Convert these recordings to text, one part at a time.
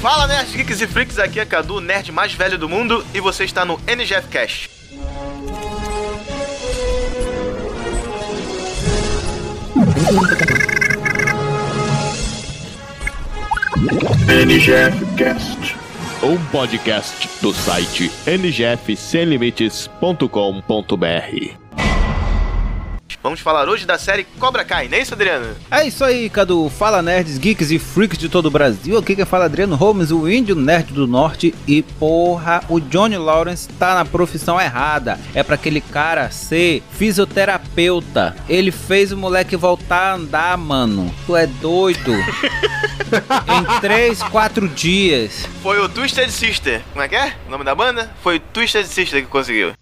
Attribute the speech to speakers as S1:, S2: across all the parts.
S1: Fala Nerds, Geeks e Freaks, aqui é Cadu, o nerd mais velho do mundo, e você está no NGF Cast.
S2: Um podcast do site ngfsemlimites.com.br.
S1: Vamos falar hoje da série Cobra Kai, não é isso, Adriano?
S3: É isso aí, Cadu. Fala nerds, geeks e freaks de todo o Brasil. Aqui quem fala é Adriano Holmes, o índio nerd do norte. E porra, o Johnny Lawrence tá na profissão errada. É pra aquele cara ser fisioterapeuta. Ele fez o moleque voltar a andar, mano. Tu é doido. em 3, 4 dias.
S1: Foi o Twisted Sister. Como é que é? O nome da banda? Foi o Twisted Sister que conseguiu.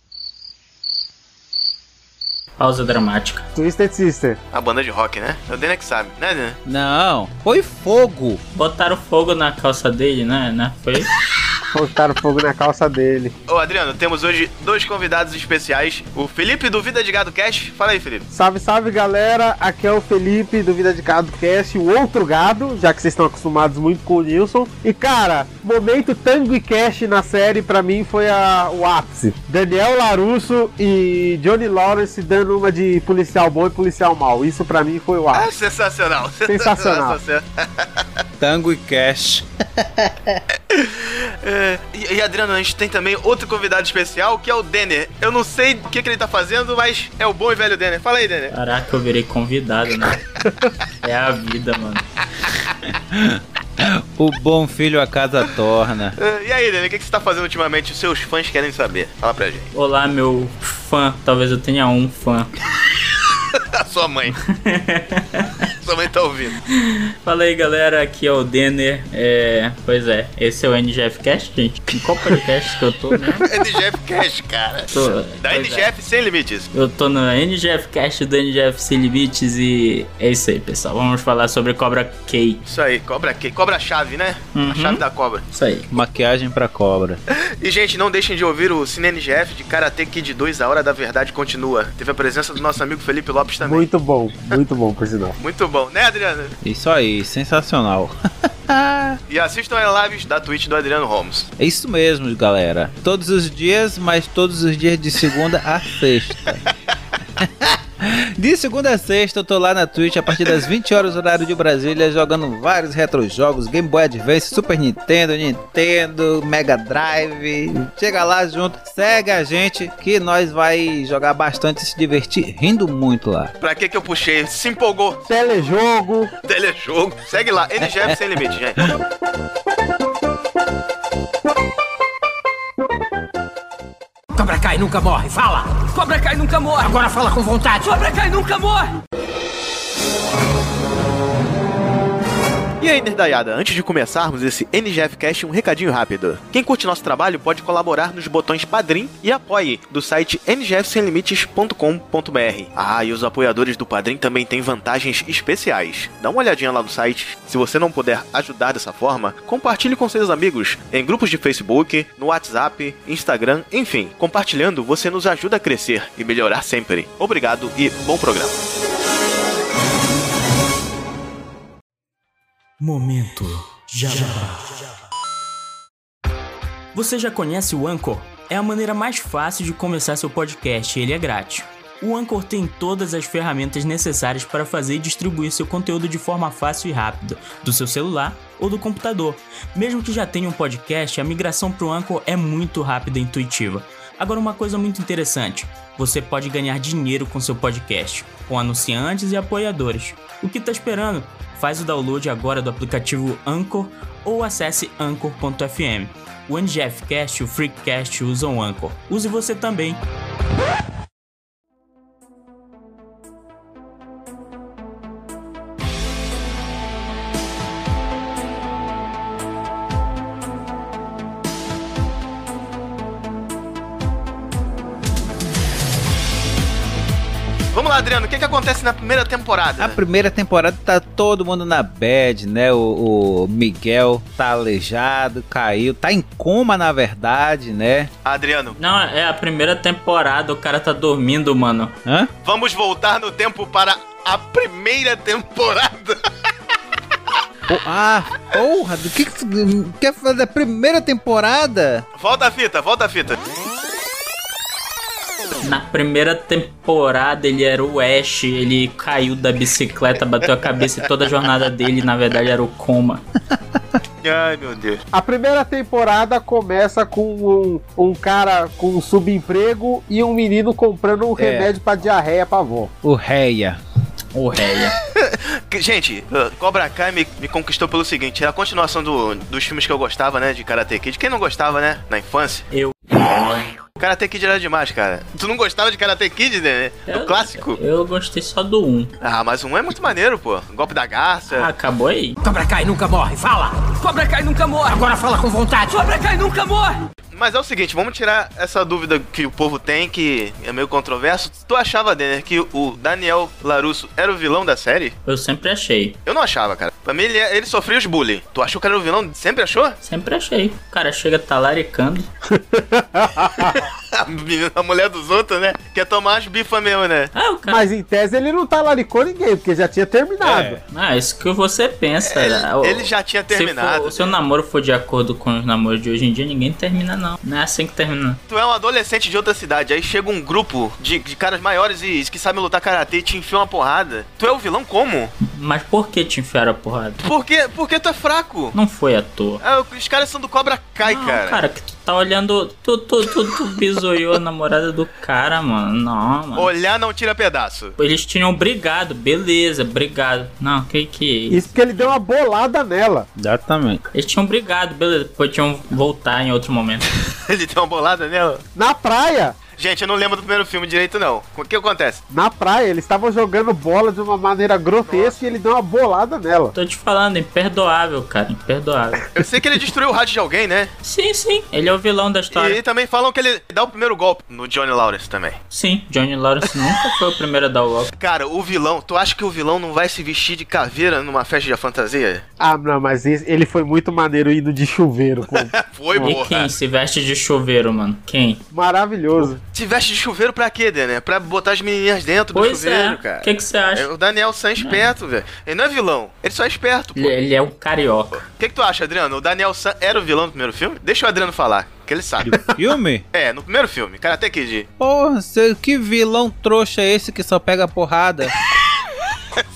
S4: Pausa dramática.
S5: Twisted Sister.
S1: A banda de rock, né? O Dena que sabe, né, Dena?
S3: Não, foi fogo.
S4: Botaram fogo na calça dele, né? né? Foi isso?
S5: Botaram fogo na calça dele.
S1: Ô, Adriano, temos hoje dois convidados especiais. O Felipe do Vida de Gado Cast. Fala aí, Felipe.
S5: Salve, salve galera. Aqui é o Felipe do Vida de Gado Cast, o outro gado, já que vocês estão acostumados muito com o Nilson. E cara, momento tango e cash na série pra mim foi a, o ápice. Daniel Larusso e Johnny Lawrence dando uma de policial bom e policial mal. Isso pra mim foi o
S1: Ah,
S5: ápice.
S1: sensacional.
S5: Sensacional.
S3: Tango e Cash.
S1: É, e, e, Adriano, a gente tem também outro convidado especial, que é o Denner. Eu não sei o que, que ele tá fazendo, mas é o bom e velho Denner. Fala aí, Denner.
S4: Caraca, eu virei convidado, né? É a vida, mano.
S3: O bom filho a casa torna.
S1: É, e aí, Denner, o que, que você tá fazendo ultimamente? Os seus fãs querem saber. Fala pra gente.
S4: Olá, meu fã. Talvez eu tenha um fã.
S1: A sua mãe. sua mãe tá ouvindo.
S4: Fala aí, galera. Aqui é o Denner. É, pois é, esse é o NGF Cast, gente. Em qual podcast que eu tô, né?
S1: NGF Cash, cara.
S4: Tô,
S1: Da
S4: pois é.
S1: NGF Sem Limites.
S4: Eu tô no NGF Cast do NGF Sem Limites e é isso aí, pessoal. Vamos falar sobre Cobra Kai.
S1: Isso aí, cobra que Cobra chave, né? A
S4: Uhum.
S1: chave da cobra.
S4: Isso aí.
S3: Maquiagem pra cobra.
S1: E, gente, não deixem de ouvir o Cine NGF de Karate Kid 2, A Hora da Verdade Continua. Teve a presença do nosso amigo Felipe Lopes também. Muito,
S5: Muito bom, muito bom, por sinal.
S1: bom, né, Adriano?
S3: Isso aí, sensacional.
S1: E assistam as lives da Twitch do Adriano Holmes.
S3: É isso mesmo, galera. Todos os dias, mas todos os dias de segunda a sexta. De segunda a sexta, eu tô lá na Twitch a partir das 20 horas, horário de Brasília, jogando vários retrojogos, Game Boy Advance, Super Nintendo, Nintendo, Mega Drive. Chega lá junto, segue a gente que nós vai jogar bastante e se divertir rindo muito lá.
S1: Pra que que eu puxei? Se empolgou.
S5: Telejogo,
S1: Telejogo. Segue lá, NGF Sem Limites, gente.
S6: Cobra Kai nunca morre, fala! Cobra Kai nunca morre! Agora fala com vontade! Cobra Kai nunca morre!
S1: E aí, Nerdaiada, antes de começarmos esse NGF Cast, um recadinho rápido. Quem curte nosso trabalho pode colaborar nos botões Padrim e Apoie, do site ngfsemlimites.com.br. Ah, e os apoiadores do Padrim também têm vantagens especiais. Dá uma olhadinha lá no site. Se você não puder ajudar dessa forma, compartilhe com seus amigos, em grupos de Facebook, no WhatsApp, Instagram, enfim. Compartilhando, você nos ajuda a crescer e melhorar sempre. Obrigado e bom programa.
S6: Momento Jabá. Você já conhece o Anchor? É a maneira mais fácil de começar seu podcast e ele é grátis. O Anchor tem todas as ferramentas necessárias para fazer e distribuir seu conteúdo de forma fácil e rápida, do seu celular ou do computador. Mesmo que já tenha um podcast, a migração para o Anchor é muito rápida e intuitiva. Agora, uma coisa muito interessante: você pode ganhar dinheiro com seu podcast, com anunciantes e apoiadores. O que está esperando? Faz o download agora do aplicativo Anchor ou acesse anchor.fm. O NGF Cast e o Freakcast usam o Anchor. Use você também.
S1: Vamos lá, Adriano, o que, que acontece na primeira temporada?
S3: A primeira temporada tá todo mundo na bad, né? O, o Miguel tá aleijado, caiu, tá em coma na verdade, né?
S1: Adriano,
S4: Não, é a primeira temporada, o cara tá dormindo, mano.
S3: Hã?
S1: Vamos voltar no tempo para a primeira temporada.
S3: Po- ah, porra, do que, que tu quer fazer da primeira temporada?
S1: Volta a fita, volta a fita.
S4: Na primeira temporada ele era o Ash, ele caiu da bicicleta, bateu a cabeça e toda a jornada dele, na verdade, era o coma.
S1: Ai, meu Deus.
S5: A primeira temporada começa com um, um cara com um subemprego e um menino comprando um
S3: É.
S5: remédio pra diarreia pra avó.
S3: O Reia.
S4: O réia.
S1: Que- Gente, uh, Cobra Kai me, me conquistou pelo seguinte: é a continuação do- dos filmes que eu gostava, né? De Karate Kid. Quem não gostava, né? Na infância.
S4: Eu.
S1: Karate Kid era demais, cara. Tu não gostava de Karate Kid, né? Do
S4: Eu-
S1: clássico?
S4: Eu gostei só do 1. Um.
S1: Ah, mas um é muito maneiro, pô. Golpe da
S4: Ah,
S1: garça.
S4: acabou aí?
S7: Cobra Kai nunca morre, fala! Cobra Kai nunca morre! Agora fala com vontade! Cobra Kai nunca morre!
S1: Mas é o seguinte, vamos tirar essa dúvida que o povo tem, que é meio controverso. Tu achava, Denner, que o Daniel Larusso era o vilão da série?
S4: Eu sempre achei.
S1: Eu não achava, cara. Pra mim, ele, ele sofria os bullying. Tu achou que era o vilão? Sempre achou?
S4: Sempre achei. O cara chega talaricando.
S1: A, menina- a mulher dos outros, né? Quer tomar as bifas mesmo, né?
S4: Ah, o cara.
S5: Mas em tese ele não tá laricou ninguém, porque já tinha terminado.
S4: Ah, isso que você pensa.
S1: Ele,
S4: Ah, o-
S1: ele já tinha
S4: se
S1: terminado. né?
S4: for- Se o namoro for de acordo com os namoros de hoje em dia, ninguém termina, não. Não é assim que termina.
S1: Tu é um adolescente de outra cidade, aí chega um grupo de, de caras maiores e que sabem lutar karatê e te enfia uma porrada. Tu é o vilão como?
S4: Mas por que te enfiaram a porrada?
S1: Por quê? Porque tu é fraco.
S4: Não foi à toa.
S1: Ah, os caras são do Cobra Kai,
S4: Não,
S1: cara.
S4: cara, que tu tá olhando. Tu, tu, tu, tu bisoiou a namorada do cara, mano. Não, mano.
S1: Olhar não tira pedaço.
S4: Eles tinham brigado, beleza, brigado. Não, que que é isso?
S5: Isso porque ele deu uma bolada nela.
S3: Exatamente.
S4: Eles tinham brigado, beleza. Depois tinham voltar em outro momento.
S1: Ele deu uma bolada nela.
S5: Na praia.
S1: Gente, eu não lembro do primeiro filme direito, não. O que acontece?
S5: Na praia, eles estavam jogando bola de uma maneira grotesca e ele deu uma bolada nela.
S4: Tô te falando, imperdoável, cara, imperdoável.
S1: Eu sei que ele destruiu o rádio de alguém, né?
S4: Sim, sim, ele é o vilão da
S1: E,
S4: história.
S1: e também falam que ele dá o primeiro golpe no Johnny Lawrence também.
S4: Sim, Johnny Lawrence nunca foi o primeiro a dar o golpe.
S1: Cara, o vilão, tu acha que o vilão não vai se vestir de caveira numa festa de fantasia?
S5: Ah, não, mas esse- ele foi muito maneiro indo de chuveiro. pô.
S1: Foi,
S4: E
S1: porra.
S4: quem se veste de chuveiro, mano? Quem?
S5: Maravilhoso.
S1: Se veste de chuveiro pra quê, Dê, né? Pra botar as menininhas dentro do
S4: Pois
S1: chuveiro,
S4: é,
S1: cara.
S4: o que que você acha?
S1: É, O Daniel San é esperto, velho. Ele não é vilão, ele só é esperto, pô.
S4: Ele, ele é um carioca.
S1: O que, que tu acha, Adriano? O Daniel San era o vilão do primeiro filme? Deixa o Adriano falar, que ele sabe.
S3: Filme?
S1: é, no primeiro filme, Karate Kid.
S3: Porra, seu- que vilão trouxa é esse que só pega porrada?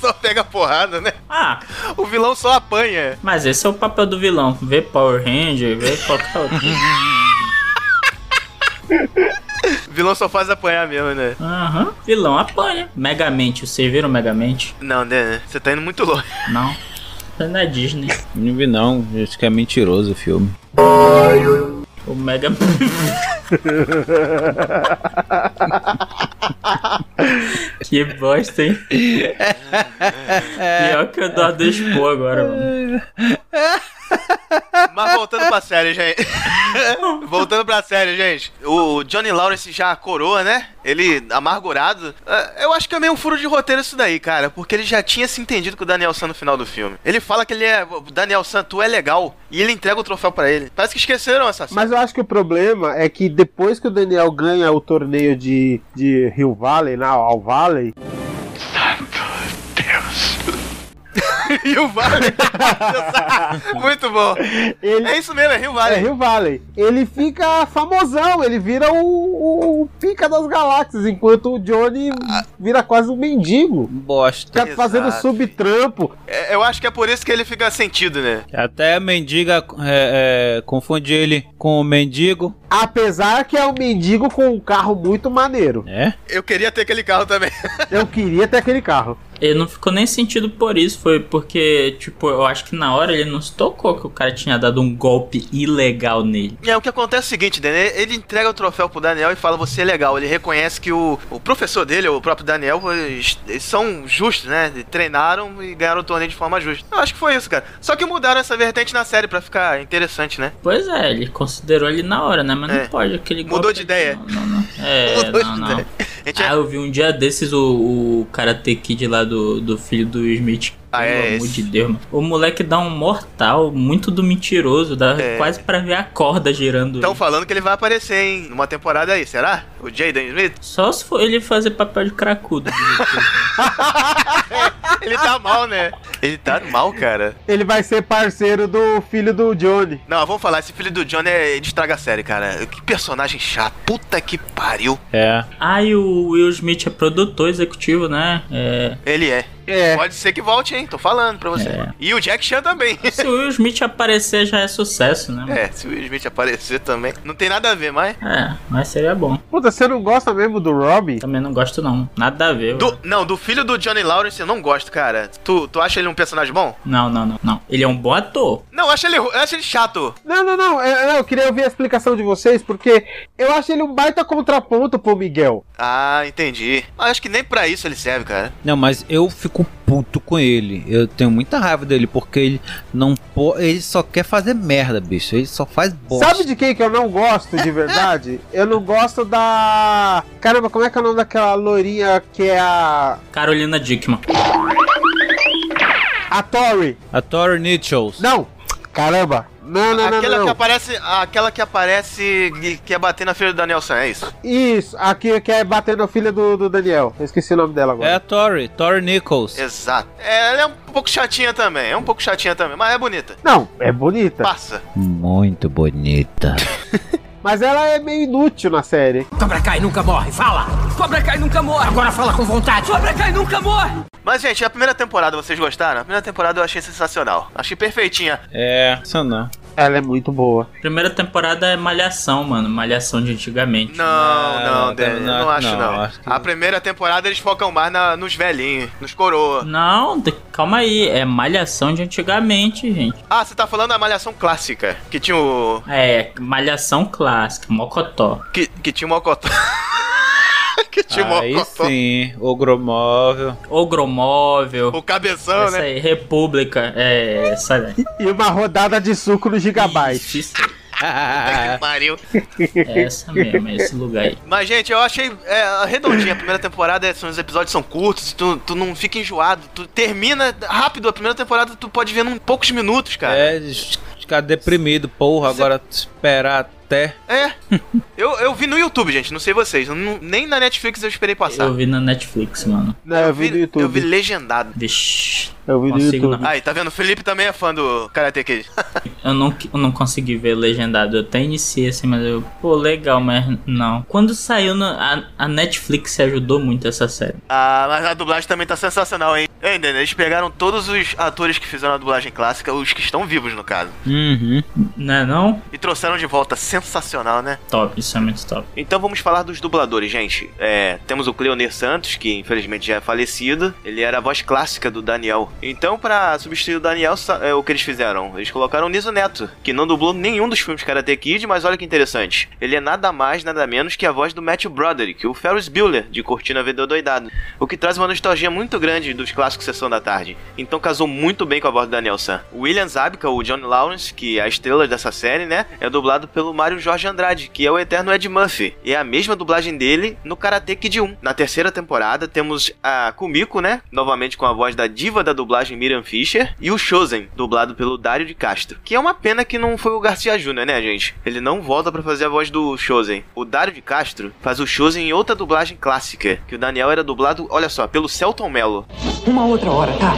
S1: Só pega porrada, né?
S4: Ah,
S1: O vilão só apanha.
S4: mas esse é o papel do vilão. Vê Power Ranger, vê qualquer outro.
S1: O vilão só faz apanhar mesmo, né?
S4: Aham, vilão apanha. Megamente, vocês viram Megamente?
S1: Não, né? Você tá indo muito longe.
S4: Não. É na Disney.
S3: Não vi não, acho que é mentiroso o filme.
S4: O Mega. que bosta, hein? Pior que o Eduardo expor agora, mano.
S1: Mas voltando pra série, gente. voltando pra série, gente. O Johnny Lawrence já coroa, né? Ele amargurado. É, Eu acho que é meio um furo de roteiro isso daí, cara. Porque ele já tinha se entendido com o Daniel San no final do filme. Ele fala que ele é. Daniel San, tu é legal. E ele entrega o troféu pra ele. Parece que esqueceram essa cena.
S5: Mas eu acho que o problema é que depois que o Daniel ganha o torneio de, de Rio Valley, na Al Valley,
S1: Rio Vale. muito bom.
S5: ele.
S1: É isso mesmo, é Rio
S5: É
S1: Vale.
S5: Rio Valley. Ele fica famosão, ele vira o, o- o pica das galáxias, enquanto o Johnny vira quase um mendigo.
S3: Bosta.
S5: Fica
S1: Exato.
S5: fazendo subtrampo.
S1: É, Eu acho que é por isso que ele fica sentido, né?
S3: Até a mendiga é, é, confunde ele com o mendigo.
S5: Apesar que é um mendigo com um carro muito maneiro.
S3: É?
S1: Eu queria ter aquele carro também.
S5: Eu queria ter aquele carro.
S4: Ele não ficou nem sentido por isso. Foi porque, tipo, eu acho que na hora ele não se tocou que o cara tinha dado um golpe ilegal nele.
S1: É, o que acontece é o seguinte, Daniel, ele entrega o troféu pro Daniel e fala, você é legal. Ele reconhece que o, o professor dele, o próprio Daniel, eles, eles são justos, né? Eles Treinaram e ganharam o torneio de forma justa. Eu acho que foi isso, cara. Só que mudaram essa vertente na série pra ficar interessante, né?
S4: Pois é, ele considerou ele na hora, né? Mas
S1: É.
S4: não pode aquele
S1: Mudou
S4: golpe-
S1: de ideia.
S4: Não, não, não. É,
S1: Dois
S4: não,
S1: de
S4: não.
S1: dez. A gente
S4: Ah,
S1: é-
S4: eu vi um dia desses o, o Karate Kid lá do, do filho do Smith.
S1: Ah, é
S4: Pelo amor
S1: esse.
S4: de Deus, mano. O moleque dá um mortal muito do mentiroso, dá
S1: É.
S4: quase pra ver a corda girando.
S1: Estão
S4: ele.
S1: é, falando que ele vai aparecer, hein? Numa temporada aí, será? O Jaden Smith?
S4: Só se for ele fazer papel de cracudo.
S1: Ele tá mal, né? Ele tá mal, cara.
S5: Ele vai ser parceiro do filho do Johnny.
S1: Não, vamos falar, esse filho do Johnny é, ele estraga a série, cara. Que personagem chato. Puta que pariu.
S3: É.
S4: ah, e o Will Smith é produtor executivo, né? É.
S1: Ele é.
S5: É.
S1: Pode ser que volte, hein? Tô falando pra você. E o Jack Chan também.
S4: Se o Will Smith aparecer já é sucesso, né? mano?
S1: É, se o Will Smith aparecer também. Não tem nada a ver, mas.
S4: É, mas seria bom.
S5: Puta, você não gosta mesmo do Robin?
S4: Também não gosto, não. Nada a ver.
S1: Do- não, do filho do Johnny Lawrence eu não gosto, cara. Tu, tu acha ele um personagem bom?
S4: Não, não, não, não. Ele é um bom ator.
S1: Não, eu acho ele, ru- eu acho ele chato.
S5: Não, não, não. é, Eu, eu queria ouvir a explicação de vocês, porque eu acho ele um baita contraponto pro Miguel.
S1: Ah, entendi. Mas acho que nem pra isso ele serve, cara.
S3: Não, mas eu fico puto com ele. Eu tenho muita raiva dele, porque ele não pô. Ele só quer fazer merda, bicho. Ele só faz bosta.
S5: Sabe de quem que eu não gosto de verdade? eu não gosto da. Caramba, como é que é o nome daquela lourinha que é a.
S4: Carolina Dickman.
S5: A Tori?
S3: A Tori Nichols.
S5: Não! Caramba! Não, não, não,
S1: aquela
S5: não.
S1: que aparece. Aquela que aparece e que ia bater na filha do Daniel San, é isso?
S5: Isso, aqui que é bater na filha do, do Daniel. Eu esqueci o nome dela agora.
S3: É a Tori, Tori Nichols.
S1: Exato. É, ela é um pouco chatinha também, é um pouco chatinha também, mas é bonita.
S5: Não, é bonita.
S1: Passa.
S3: Muito bonita.
S5: Mas ela é meio inútil na série.
S7: Cobra Kai nunca morre, fala! Cobra Kai nunca morre! Agora fala com vontade! Cobra Kai nunca morre!
S1: Mas, gente, a primeira temporada, vocês gostaram? A primeira temporada eu achei sensacional. Achei perfeitinha.
S3: É, isso não.
S5: Ela é muito boa.
S4: Primeira temporada é Malhação, mano. Malhação de antigamente.
S1: Não, não,
S3: Não,
S1: Dan,
S3: não,
S1: não, acho
S3: não,
S1: não.
S3: acho que-
S1: A primeira temporada eles focam mais na- nos velhinhos, nos coroa.
S4: Não, de- calma aí. É Malhação de antigamente, gente.
S1: Ah, você tá falando da malhação clássica, que tinha o.
S4: É, Malhação clássica, Mocotó.
S1: que, que tinha o Mocotó. que tinha o
S3: Aí
S1: Mocotó.
S3: sim, Ogromóvel.
S4: Ogromóvel.
S1: O cabeção,
S4: essa
S1: né?
S4: aí, República. É, essa daí.
S5: E uma rodada de suco no Gigabyte.
S4: Isso,
S1: Puta que pariu.
S4: é essa mesmo, é esse lugar aí.
S1: Mas, gente, eu achei é, redondinha. A primeira temporada, é, são- os episódios são curtos, tu, tu não fica enjoado. Tu termina rápido. A primeira temporada tu pode ver em poucos minutos, cara.
S3: É, ficar deprimido, porra. Agora esperar até.
S1: É. eu, eu vi no YouTube, gente, não sei vocês. eu não- nem na Netflix eu esperei passar.
S4: Eu vi na Netflix, mano.
S5: Não, eu vi no YouTube.
S1: eu vi legendado.
S4: Vixe.
S5: Eu vi no
S4: Consigo
S5: YouTube.
S4: não.
S1: Aí, tá vendo? O Felipe também é fã do Karate Kid.
S4: Eu não, eu não consegui ver legendado. Eu até iniciei assim, mas eu. Pô, legal, mas não. Quando saiu, na- a, a Netflix ajudou muito essa série.
S1: Ah, mas a dublagem também tá sensacional, hein? Hein, Daniel? Eles pegaram todos os atores que fizeram a dublagem clássica, os que estão vivos, no caso.
S3: Uhum.
S4: Não é não?
S1: E trouxeram de volta. Sensacional, né?
S4: Top, isso é muito top.
S1: Então vamos falar dos dubladores, gente. É, temos o Cleonir Santos, que infelizmente já é falecido. Ele era a voz clássica do Daniel. Então, pra substituir o Daniel, sa- é, o que eles fizeram? Eles colocaram o Niso Neto, que não dublou nenhum dos filmes Karate Kid, mas olha que interessante. Ele é nada mais, nada menos que a voz do Matthew Broderick, o Ferris Bueller, de Cortina Vendeu Doidado. O que traz uma nostalgia muito grande dos clássicos Sessão da Tarde. Então casou muito bem com a voz do Daniel San. O William Zabka, o John Lawrence, que é a estrela dessa série, né? É dublado pelo Mário Jorge Andrade, que é o eterno Ed Murphy. E é a mesma dublagem dele no Karate Kid 1. Na terceira temporada temos a Kumiko, né? Novamente com a voz da diva da dublagem Miriam Fisher. E o Shosen, dublado pelo Dário de Castro. Que é uma pena que não foi o Garcia Júnior, né, gente? Ele não volta pra fazer a voz do Shosen. O Dário de Castro faz o Shosen em outra dublagem clássica, que o Daniel era dublado, olha só, pelo Celton Mello.
S8: Uma outra hora, tá?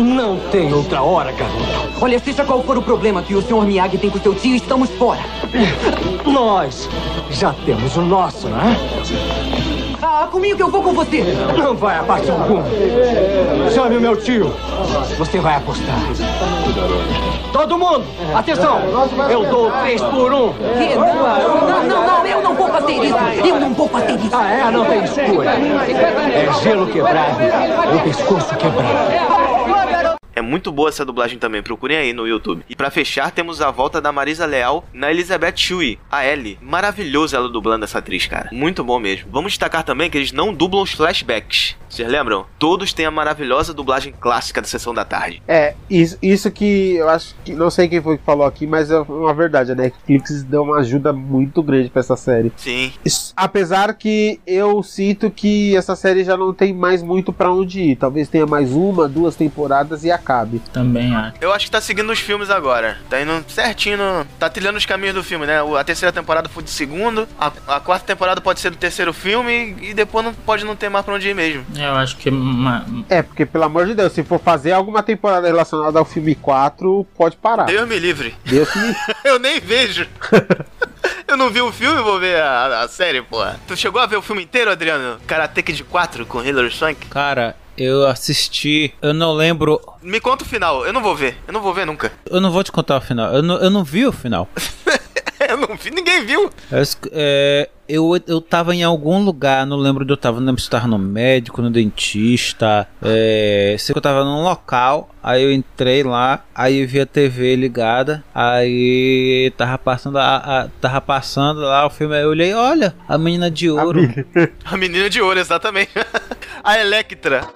S8: Não tem outra hora, garoto. Olha, seja qual for o problema que o Sr. Miyagi tem com seu tio, estamos fora. Nós já temos o nosso, né? Ah, comigo que eu vou com você. Não vai a parte alguma. Chame o meu tio. Você vai apostar. Todo mundo, atenção. Eu dou três por um. Não, não, não, eu não vou fazer isso. Eu não vou fazer isso. Ah, é? Não tem escolha. É gelo quebrado, o pescoço quebrado.
S1: É muito boa essa dublagem também, procurem aí no YouTube. E pra fechar, temos a volta da Marisa Leal na Elizabeth Chewie, a Ellie. Maravilhoso ela dublando essa atriz, cara. Muito bom mesmo. Vamos destacar também que eles não dublam os flashbacks. Vocês lembram? Todos têm a maravilhosa dublagem clássica da Sessão da Tarde.
S5: É, isso, isso que eu acho que. Não sei quem foi que falou aqui, mas é uma verdade. A Netflix deu uma ajuda muito grande pra essa série.
S1: Sim,
S5: Isso- Apesar que eu sinto que essa série já não tem mais muito pra onde ir. Talvez tenha mais uma, duas temporadas e acabe.
S4: Também acho.
S1: Eu acho que tá seguindo os filmes agora. Tá indo certinho, no- tá trilhando os caminhos do filme, né? O- A terceira temporada foi de segundo, a, a quarta temporada pode ser do terceiro filme e depois não pode não ter mais pra onde ir mesmo.
S4: Eu acho que uma-
S5: É, porque pelo amor de Deus, se for fazer alguma temporada relacionada ao filme 4, pode parar.
S1: Deus me livre.
S5: Ah. Deus que me
S1: Eu nem vejo. Eu não vi o filme, vou ver a, a série, porra. Tu chegou a ver o filme inteiro, Adriano? Karate Kid 4 com Hilary Swank?
S3: Cara, eu assisti, eu não lembro.
S1: Me conta o final, eu não vou ver. Eu não vou ver nunca.
S3: Eu não vou te contar o final. Eu não, eu não vi o final.
S1: Eu não vi, ninguém viu.
S3: Eu, esc- é, eu, eu tava em algum lugar, não lembro onde eu tava, não lembro se eu tava no médico, no dentista. É, sei que eu tava num local, aí eu entrei lá, aí eu vi a TV ligada, aí tava passando, a, a- tava passando lá o filme, aí eu olhei, olha, a menina de ouro.
S1: A menina de ouro, exatamente. a Electra.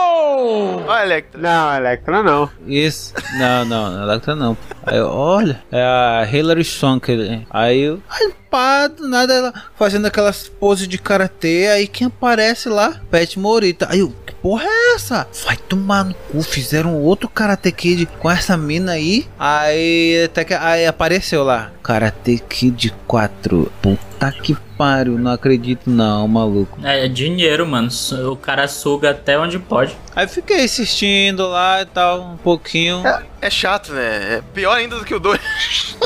S1: Errou! A Electra.
S5: Não, Electra não.
S3: Isso. Não, não, não, Electra não. Aí eu, olha, é a Hilary Swank. né? Aí eu, aí pá, do nada ela fazendo aquelas poses de karatê. Aí quem aparece lá? Pat Morita. Aí eu, que porra é essa? Vai tomar no cu, fizeram outro Karate Kid com essa mina aí. Aí até que aí apareceu lá. Karate Kid 4. Puta que pariu, não acredito não, maluco.
S4: É dinheiro, mano. O cara suga até onde pode.
S3: Aí fiquei assistindo lá e tal, um pouquinho.
S1: É chato, né? É pior ainda do que o 2.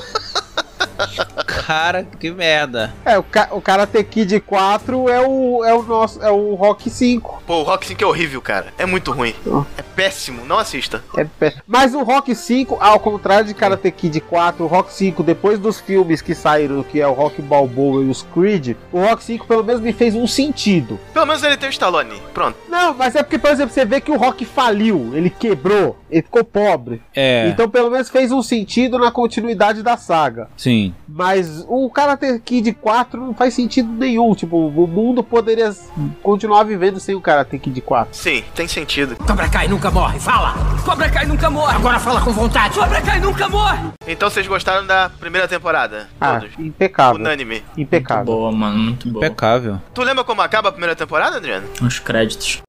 S3: Cara, que merda.
S5: É, o, ca o Karate Kid 4 é o, é o nosso. É o Rock 5.
S1: Pô, o Rock 5 é horrível, cara. É muito ruim. É péssimo, não assista.
S5: É pé- Mas o Rock 5, ao contrário de Karate Kid 4, o Rock 5, depois dos filmes que saíram, que é o Rock Balboa e os Creed, o Rock 5 pelo menos me fez um sentido.
S1: Pelo menos ele tem o Stallone. Pronto.
S5: Não, mas é porque, por exemplo, você vê que o Rock faliu, ele quebrou, ele ficou pobre.
S3: É,
S5: Então pelo menos fez um sentido na continuidade da saga.
S3: sim.
S5: Mas o Karate Kid 4 não faz sentido nenhum. Tipo, o mundo poderia s- continuar vivendo sem o Karate Kid 4.
S1: Sim, tem sentido.
S7: Cobra Kai nunca morre, fala! Cobra Kai nunca morre! Agora fala com vontade! Cobra Kai nunca morre!
S1: Então vocês gostaram da primeira temporada?
S5: Ah,
S1: Todos.
S5: impecável.
S1: Unânime.
S4: Muito
S5: Impecável.
S4: boa, mano. Muito boa.
S3: Impecável.
S1: Tu lembra como acaba a primeira temporada, Adriano?
S4: Os créditos.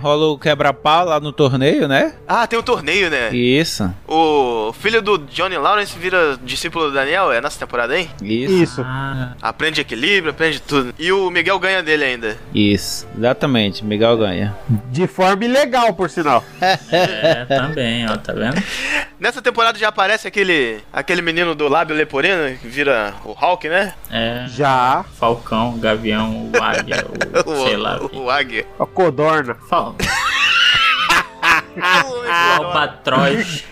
S3: Rola o quebra-pau lá no torneio, né?
S1: Ah, tem um torneio, né?
S3: Isso.
S1: O filho do Johnny Lawrence vira discípulo do Daniel, é nessa temporada aí?
S3: Isso.
S5: Isso.
S4: Ah,
S1: Aprende equilíbrio, aprende tudo. E o Miguel ganha dele ainda.
S3: Isso. Exatamente. Miguel ganha.
S5: De forma ilegal, por sinal.
S4: é, também, ó, tá vendo?
S1: Nessa temporada já aparece aquele aquele menino do lábio leporino que vira o Hulk, né?
S4: É.
S5: Já.
S4: Falcão, Gavião, o Águia, o, sei lá.
S1: o, o Águia.
S5: A Codorna.
S4: Fal...
S1: Ah,
S4: Albatroz.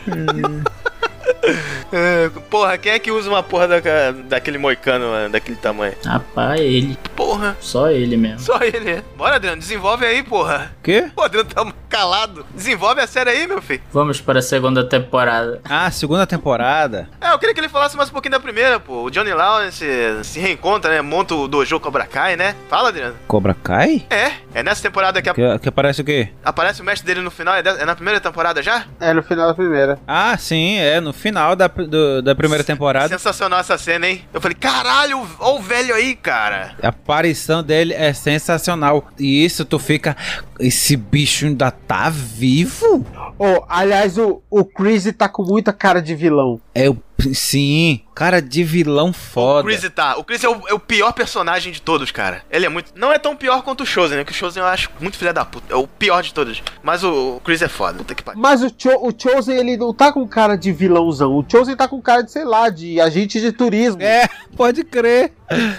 S1: porra, quem é que usa uma porra daca- daquele moicano, mano, daquele tamanho?
S4: Rapaz, ele.
S1: Porra,
S4: Só ele mesmo.
S1: só ele. Bora, Adriano, desenvolve aí, porra.
S3: Quê?
S1: Pô, Adriano tá calado. Desenvolve a série aí, meu filho.
S4: Vamos para a segunda temporada.
S3: Ah, segunda temporada.
S1: É, eu queria que ele falasse mais um pouquinho da primeira, pô. O Johnny Lawrence se reencontra, né? Monta o Dojo Cobra Kai, né? Fala, Adriano.
S3: Cobra Kai?
S1: É, é nessa temporada que a-
S3: Que, que aparece o quê?
S1: aparece o mestre dele no final. É, de- é na primeira temporada já?
S5: É no final da primeira.
S3: Ah, sim. É no final da, pr- do- da primeira temporada.
S1: Sensacional essa cena, hein? Eu falei, caralho, ó o velho aí, cara.
S3: A aparição dele é sensacional. E isso tu fica. Esse bicho ainda tá vivo?
S5: Oh, aliás, o, o Chris tá com muita cara de vilão.
S3: É o. Sim. Cara de vilão
S1: O
S3: foda.
S1: Chris tá. O Chris é o, é o pior personagem de todos, cara. Ele é muito. Não é tão pior quanto o Chosen, né? Que o Chosen eu acho muito filha da puta. É o pior de todos. Mas o, o Chris é foda. Puta que pariu.
S5: Mas o, Cho o Chosen, ele não tá com cara de vilãozão. O Chosen tá com cara de, sei lá, de agente de turismo.
S3: É, pode crer.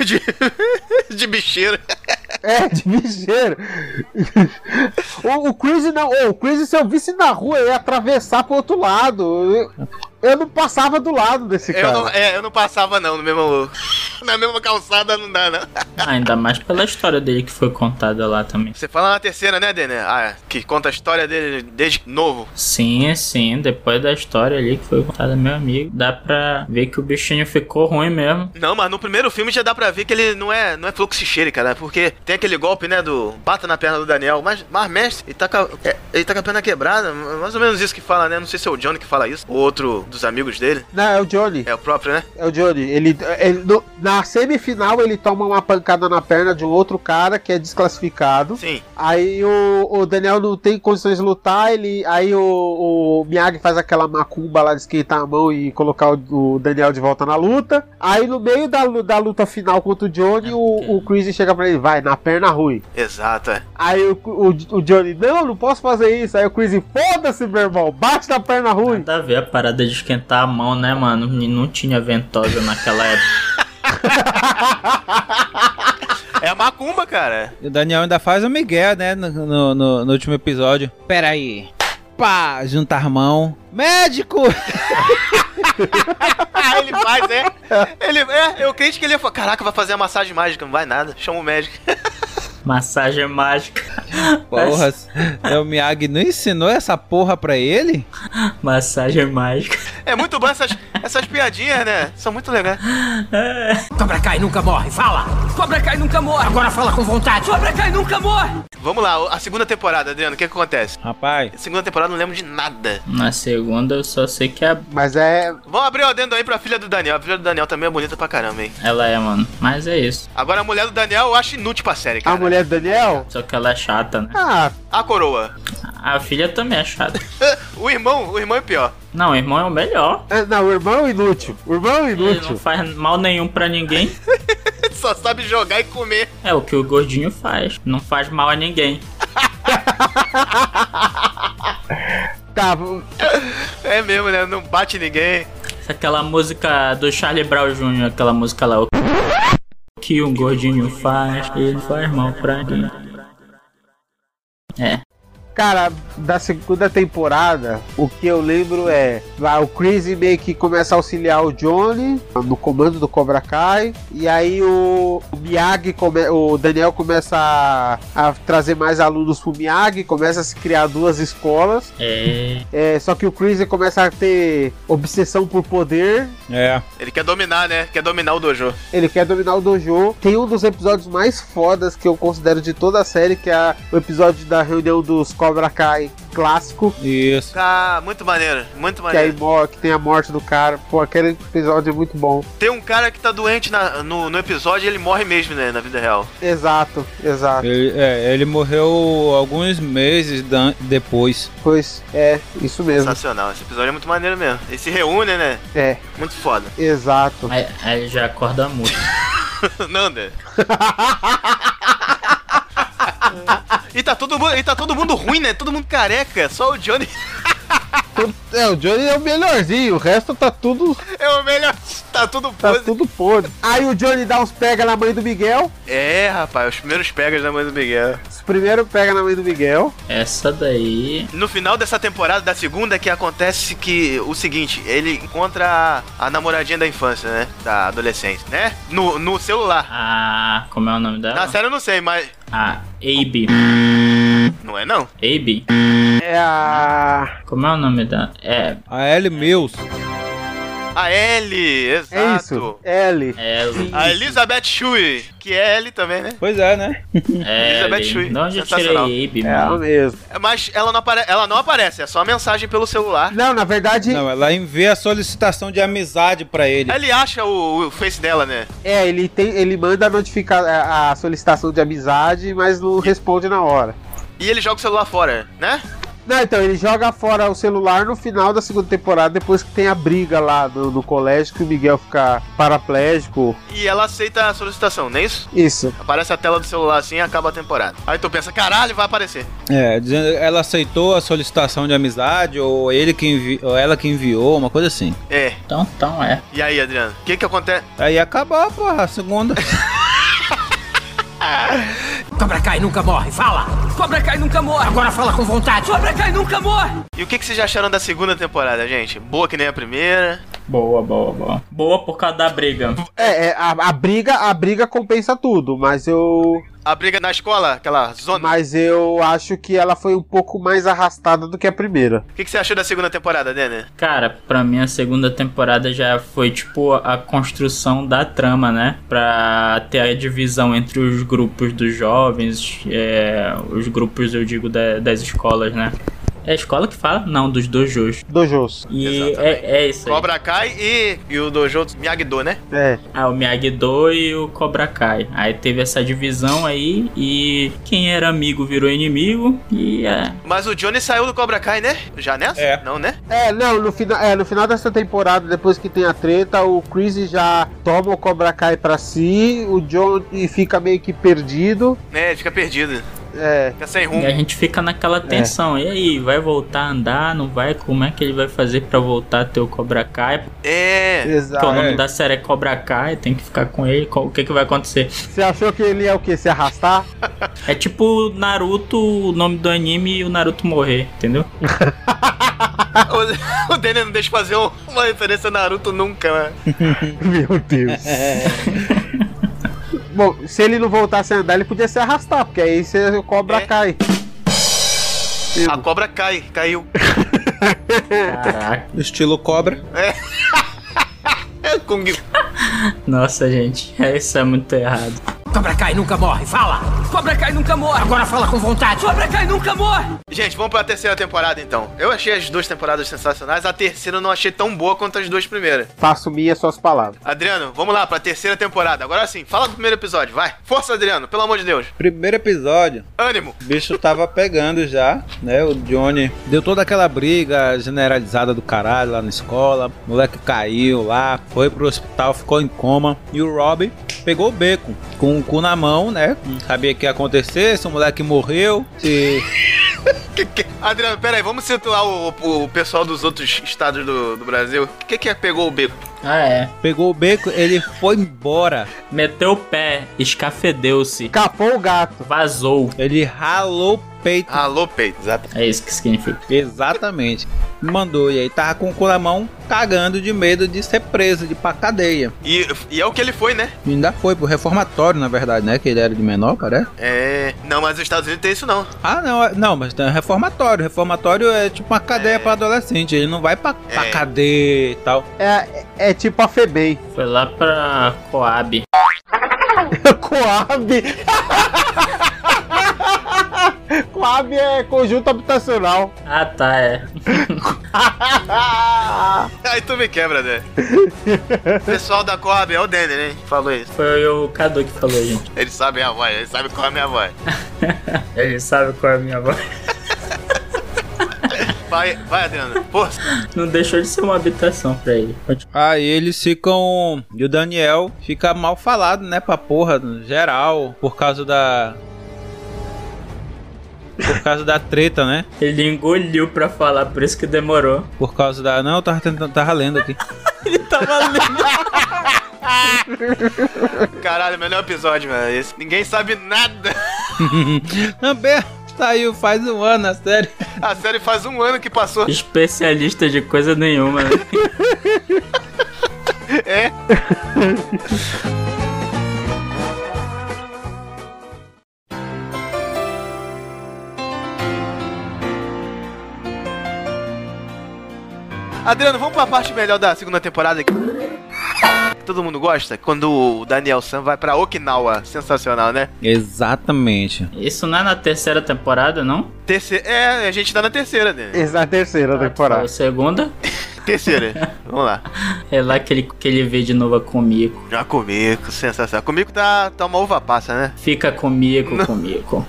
S1: De, de bicheira.
S5: É, de bicheiro. o, o Chris não. ô, o Chris, se eu visse na rua, eu ia atravessar pro outro lado. Eu- Eu não passava do lado desse
S1: Eu
S5: cara.
S1: não, é, eu não passava, não, no mesmo. Na mesma calçada não dá, não.
S4: Ainda mais pela história dele que foi contada lá também.
S1: Você fala na terceira, né, Denner? Ah, que conta a história dele desde novo.
S4: Sim, é sim, depois da história ali que foi contada, meu amigo, dá pra ver que o bichinho ficou ruim mesmo.
S1: Não, mas no primeiro filme já dá pra ver que ele não é, não é fluxo cheiro, cara. Porque tem aquele golpe, né, do bata na perna do Daniel. Mas, mas mestre, ele tá, com a, é, ele tá com a perna quebrada. Mais ou menos isso que fala, né? Não sei se é o Johnny que fala isso. Ou outro dos amigos dele.
S5: Não, é o Johnny.
S1: É o próprio, né?
S5: É o Johnny. Ele, ele- no- na semifinal ele toma uma pancada na perna de um outro cara que é desclassificado.
S1: Sim.
S5: Aí o, o Daniel não tem condições de lutar, ele. Aí o, o Miyagi faz aquela macumba lá de esquentar a mão e colocar o, o Daniel de volta na luta. Aí no meio da, lu- da luta final contra o
S4: É
S5: Johnny, o, o Chris chega pra ele, vai, na perna ruim.
S1: Exato, é.
S5: Aí o, o, o Johnny, não, não posso fazer isso. Aí o Chris, foda-se, meu irmão, bate na perna ruim.
S4: Nada a ver a parada de esquentar a mão, né, mano? Não tinha ventosa naquela época.
S1: É a macumba, cara.
S3: E o Daniel ainda faz o Miguel, né? No, no, no- no último episódio. Pera aí. Pá, juntar a mão. Médico!
S1: Ah, ele faz, é. Ele, é, eu creio que ele ia falar: caraca, vai fazer a massagem mágica. Não vai nada. Chama o médico.
S4: Massagem mágica.
S3: Porra, é, o Miyagi não ensinou essa porra pra ele?
S4: Massagem mágica.
S1: É muito bom essas, essas piadinhas, né? São muito legais.
S7: Cobra Kai nunca morre, fala! Cobra Kai nunca morre! Agora fala com vontade! Cobra Kai nunca morre!
S1: Vamos lá, a segunda temporada, Adriano, o que, que acontece?
S3: Rapaz,
S1: Segunda temporada eu não lembro de nada.
S4: Na segunda eu só sei que a...
S5: Mas é.
S1: Vamos abrir o adendo aí pra filha do Daniel. A filha do Daniel também é bonita pra caramba, hein?
S4: ela é, mano. Mas é isso.
S1: Agora a mulher do Daniel eu acho inútil pra série,
S5: A
S1: cara.
S5: mulher do Daniel?
S4: Só que ela é chata, né?
S5: Ah,
S1: A coroa.
S4: A filha também é chata.
S1: o irmão, o irmão é pior.
S4: Não, o irmão é o melhor.
S5: é, não, o irmão é inútil. O irmão é
S4: Ele não
S5: inútil.
S4: faz mal nenhum pra ninguém.
S1: Só sabe jogar e comer.
S4: É o que o gordinho faz. Não faz mal a ninguém.
S5: Tá,
S1: É mesmo, né? Não bate ninguém.
S4: Aquela música do Charlie Brown Jr., aquela música lá. O que um gordinho faz, ele faz mal pra ninguém. É.
S5: Cara, da segunda temporada, o que eu lembro é lá o Chris meio que começa a auxiliar o Johnny no comando do Cobra Kai e aí o, o Miyagi come- o Daniel começa a, a trazer mais alunos pro Miyagi, começa a se criar duas escolas.
S4: É.
S5: É, só que o Chris começa a ter obsessão por poder
S3: é.
S1: Ele quer dominar, né? Quer dominar o dojo.
S5: ele quer dominar o dojo. Tem um dos episódios mais fodas que eu considero de toda a série, que é o episódio da reunião dos Cobra Kai clássico.
S3: Isso.
S1: Ah, muito maneiro, muito
S5: Que, aí
S1: maneiro.
S5: mor- que tem a morte do cara. Pô, aquele episódio é muito bom.
S1: Tem um cara que tá doente na- no, no episódio e ele morre mesmo, né? Na vida real.
S5: Exato, exato.
S3: Ele, é, ele morreu alguns meses dan- depois.
S5: Pois é, isso mesmo.
S1: Sensacional. Esse episódio é muito maneiro mesmo. Eles se reúnem, né?
S5: É,
S1: Muito foda.
S5: exato.
S4: Aí, aí já acorda muito.
S1: Nanda. e, tá todo mundo, e tá todo mundo ruim, né? Todo mundo careca. Só o Johnny
S5: É, o Johnny é o melhorzinho, o resto tá tudo,
S1: é o melhor. Tá tudo
S5: tá
S1: podre.
S5: tudo podre. Aí o Johnny dá uns pega na mãe do Miguel.
S1: É, rapaz. Os primeiros pegas da mãe do Miguel.
S5: Os primeiros pega na mãe do Miguel.
S4: Essa daí.
S1: No final dessa temporada, da segunda, que acontece que o seguinte, ele encontra a, a namoradinha da infância, né? Da adolescência, né? No, no celular.
S4: Ah, como é o nome
S1: Na
S4: dela?
S1: série eu não sei, mas...
S4: Ah, Abe.
S1: Não é não?
S4: Abe?
S5: É a.
S4: Como é o nome dela? É.
S3: A Ellie Mills.
S1: A Ellie, exato.
S5: É isso. Ellie.
S4: É.
S1: A Elizabeth Shui, que é Ellie também, né?
S3: Pois é, né?
S4: É.
S1: Elizabeth Shue.
S4: De onde eu tirei
S1: Sensacional.
S4: Abe,
S5: É ela
S4: mano?
S5: mesmo.
S1: Mas ela não, apare- ela não aparece, é só mensagem pelo celular.
S5: Não, na verdade,
S3: Não, ela envia a solicitação de amizade pra ele.
S1: Ele acha o, o face dela, né?
S5: é, ele tem. Ele manda a notifica a a solicitação de amizade, mas não responde na hora.
S1: E ele joga o celular fora, né?
S5: Não, então, ele joga fora o celular no final da segunda temporada, depois que tem a briga lá no, no colégio, que o Miguel fica paraplégico.
S1: E ela aceita a solicitação, não é isso?
S5: Isso.
S1: Aparece a tela do celular assim e acaba a temporada. Aí tu pensa, caralho, vai aparecer.
S3: É, dizendo ela aceitou a solicitação de amizade ou ele que envi ou ela que enviou, uma coisa assim.
S1: É.
S4: Então, então é.
S1: E aí, Adriano? O que que acontece?
S3: Aí acabou, porra, a segunda.
S7: Cobra Kai nunca morre, fala! Cobra Kai nunca morre! Agora fala com vontade! Cobra Kai nunca morre!
S1: E o que, que vocês acharam da segunda temporada, gente? Boa que nem a primeira.
S4: Boa, boa, boa. Boa por causa da briga.
S5: É, é, a, a briga, a briga compensa tudo, mas eu,
S1: A briga na escola, aquela zona.
S5: mas eu acho que ela foi um pouco mais arrastada do que a primeira.
S1: O que, que você achou da segunda temporada, Denner?
S4: Cara, pra mim a segunda temporada já foi tipo a construção da trama, né? Pra ter a divisão entre os grupos dos jovens, é, os grupos, eu digo, da- das escolas, né? É a escola que fala? Não, dos dojos.
S5: Dojos.
S4: E
S1: Exatamente.
S4: é, é isso aí.
S1: Cobra Kai e, e o Dojo Miyagi-Do, né?
S5: É.
S4: Ah, o Miyagi-Do e o Cobra Kai. Aí teve essa divisão aí e quem era amigo virou inimigo e é,
S1: Mas o Johnny saiu do Cobra Kai, né? Já nessa?
S3: É.
S1: Não, né?
S5: É, não, no, fina, é, no final dessa temporada, depois que tem a treta, o Chris já toma o Cobra Kai pra si, o John e fica meio que perdido.
S1: É, ele fica perdido.
S5: É,
S1: Fica sem
S4: E
S1: rumo.
S4: a gente fica naquela tensão. E aí, vai voltar a andar? Não vai? Como é que ele vai fazer pra voltar a ter o Cobra Kai?
S5: então,
S1: É.
S4: Porque o
S5: exato.
S4: nome da série é Cobra Kai, tem que ficar com ele. Qual- o que, que vai acontecer?
S5: Você achou que ele ia o quê? Se arrastar?
S4: É tipo o Naruto, o nome do anime e o Naruto morrer, entendeu?
S1: O, o Denner não deixa fazer um- uma referência a Naruto nunca, né?
S5: Meu Deus. Bom, se ele não voltasse a andar, ele podia se arrastar, porque aí você o Cobra
S1: É.
S5: Kai.
S1: A cobra cai, caiu.
S4: Caraca.
S3: Estilo cobra.
S1: É, Kung.
S4: Nossa, gente, é, isso é muito errado.
S7: Cobra Kai nunca morre! Fala! Cobra Kai nunca morre! Agora fala com vontade! Cobra Kai nunca morre!
S1: Gente, vamos pra terceira temporada então. Eu achei as duas temporadas sensacionais, a terceira eu não achei tão boa quanto as duas primeiras.
S5: Faço minhas suas palavras.
S1: Adriano, vamos lá pra terceira temporada. Agora sim, fala do primeiro episódio, vai. Força, Adriano, pelo amor de Deus.
S3: Primeiro episódio.
S1: Ânimo.
S3: O bicho tava pegando já, né? O Johnny deu toda aquela briga generalizada do caralho lá na escola. O moleque caiu lá, foi pro hospital, ficou em coma. E o Rob pegou o beco com o cu na mão, né? Não sabia que ia acontecer, se o moleque morreu, se
S1: Que, que... Adriano, pera aí, vamos situar o, o- o pessoal dos outros estados do, do Brasil. O que que é pegou o beco?
S4: Ah, é.
S3: pegou o beco, ele foi embora.
S4: Meteu o pé, escafedeu-se,
S5: Capou o gato.
S4: vazou.
S3: Ele ralou o peito.
S1: Alô, peito. Exato.
S4: É isso que significa.
S3: Exatamente. Mandou, e aí tava com o cu na mão, cagando de medo de ser preso, de ir pra cadeia.
S1: E, e é o que ele foi, né?
S3: E ainda foi pro reformatório, na verdade, né? Que ele era de menor, parece.
S1: É. Não, mas os Estados Unidos tem isso não.
S3: Ah, não, é- não, mas tem reformatório. Reformatório é tipo uma cadeia pra adolescente. Ele não vai pra, pra
S1: É.
S3: cadeia e tal.
S5: É, é, é tipo a Febem.
S4: Foi lá pra Coab.
S5: Coab. Coab é conjunto habitacional.
S4: Ah, tá, é.
S1: Aí tu me quebra, né? pessoal da Coab é o Denner, hein? Falou isso.
S4: Foi o Cadu que falou, gente.
S1: Eles sabem a voz, eles sabem qual é a minha voz.
S4: Ele sabe qual é a minha voz.
S1: Vai, vai, Adriano. Força.
S4: Não deixou de ser uma habitação pra ele. Continua.
S3: Aí eles ficam. E o Daniel fica mal falado, né? Pra porra, no geral. Por causa da. Por causa da treta, né?
S4: Ele engoliu pra falar, por isso que demorou.
S3: Por causa da. Não, eu tava, tentando, tava lendo aqui.
S4: Ele tava lendo.
S1: Caralho, melhor episódio, mano. Esse. Ninguém sabe nada.
S3: Também saiu faz um ano, a série.
S1: A série faz um ano que passou.
S4: Especialista de coisa nenhuma, né?
S1: É. Adriano, vamos pra parte melhor da segunda temporada aqui. Todo mundo gosta quando o Daniel Sam vai pra Okinawa. Sensacional, né?
S3: Exatamente.
S4: Isso não é na terceira temporada, não?
S1: Terceira. É, a gente tá na terceira, né?
S5: Essa é a terceira
S4: Foi a
S5: temporada.
S4: segunda.
S1: Terceira. Vamos lá.
S4: É lá que ele, que ele vê de novo a comigo.
S1: A Comico, sensacional. A Comico tá, tá uma uva passa, né?
S4: Fica comigo, comigo.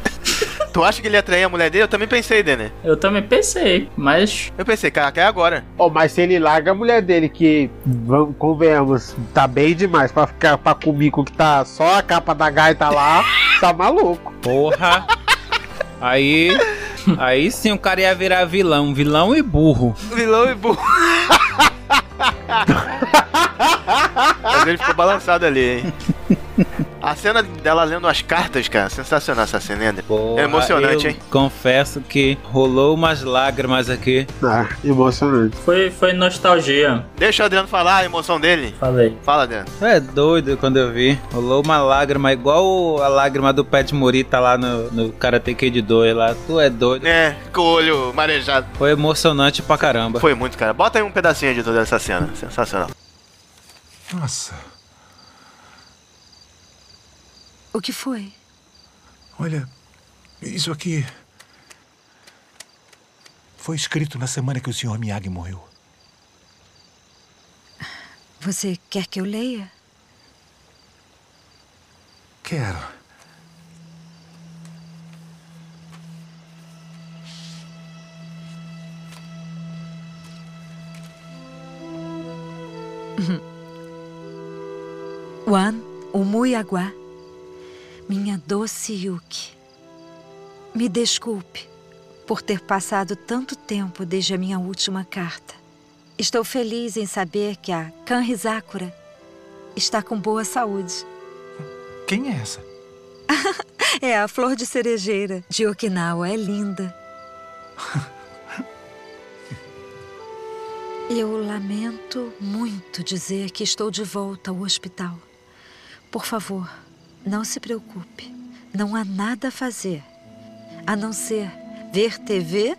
S1: Tu acha que ele ia trair a mulher dele? Eu também pensei, Denner.
S4: Eu também pensei, mas
S1: Eu pensei, caraca, é agora.
S5: Oh, mas se ele larga a mulher dele, que, vamos, convenhamos, tá bem demais pra ficar pra comigo que tá só a capa da gaita lá, tá maluco.
S3: Porra! Aí. Aí sim o cara ia virar vilão. Vilão e burro.
S1: Vilão e burro. Mas ele ficou balançado ali, hein? A cena dela lendo as cartas, cara, sensacional essa cena, André. É emocionante,
S3: eu
S1: hein?
S3: Confesso que rolou umas lágrimas aqui.
S5: Tá, emocionante.
S4: Foi, foi nostalgia.
S1: Deixa o Adriano falar a emoção dele.
S4: Falei.
S1: Fala, Adriano.
S3: É doido quando eu vi. Rolou uma lágrima igual a lágrima do Pat Morita lá no, no Karate Kid 2 lá. Tu é doido.
S1: É, com o olho marejado.
S3: Foi emocionante pra caramba.
S1: Foi muito, cara. Bota aí um pedacinho de toda essa cena. Sensacional.
S9: Nossa,
S10: O que foi?
S9: olha, isso aqui. Foi escrito na semana que o Sr. Miyagi morreu.
S10: Você quer que eu leia?
S9: Quero.
S10: Wan Umuyaguá. Minha doce Yuki. Me desculpe por ter passado tanto tempo desde a minha última carta. Estou feliz em saber que a Kanrizakura está com boa saúde.
S9: Quem é essa?
S10: É a flor de cerejeira de Okinawa, é linda. Eu lamento muito dizer que estou de volta ao hospital. Por favor, não se preocupe. Não há nada a fazer a não ser ver TV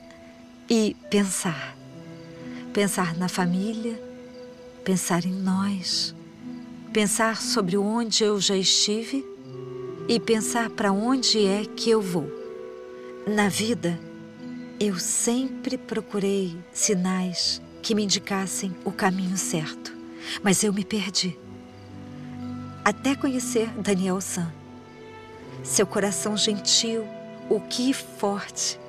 S10: e pensar. Pensar na família, pensar em nós, pensar sobre onde eu já estive e pensar para onde é que eu vou. Na vida, eu sempre procurei sinais que me indicassem o caminho certo, mas eu me perdi. Até conhecer Daniel San. Seu coração gentil, o que forte,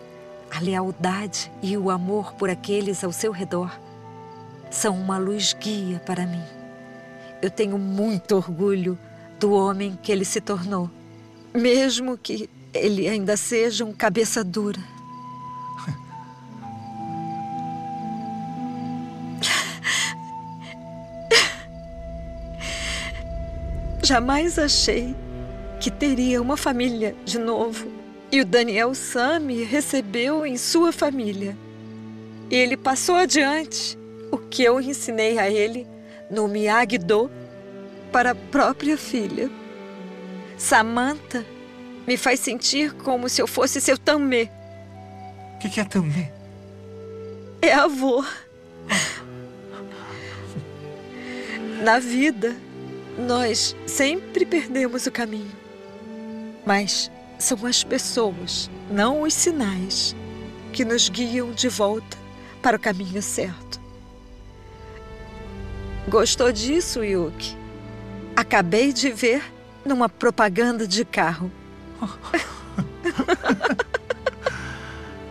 S10: a lealdade e o amor por aqueles ao seu redor são uma luz guia para mim. Eu tenho muito orgulho do homem que ele se tornou, mesmo que ele ainda seja um cabeça dura. Jamais achei que teria uma família de novo. E o Daniel Sam me recebeu em sua família. E ele passou adiante o que eu ensinei a ele no Miyagi-Do para a própria filha. Samantha me faz sentir como se eu fosse seu Tamê.
S9: O que, que é também?
S10: É avô. Na vida, nós sempre perdemos o caminho. Mas são as pessoas, não os sinais, que nos guiam de volta para o caminho certo. Gostou disso, Yuki? Acabei de ver numa propaganda de carro.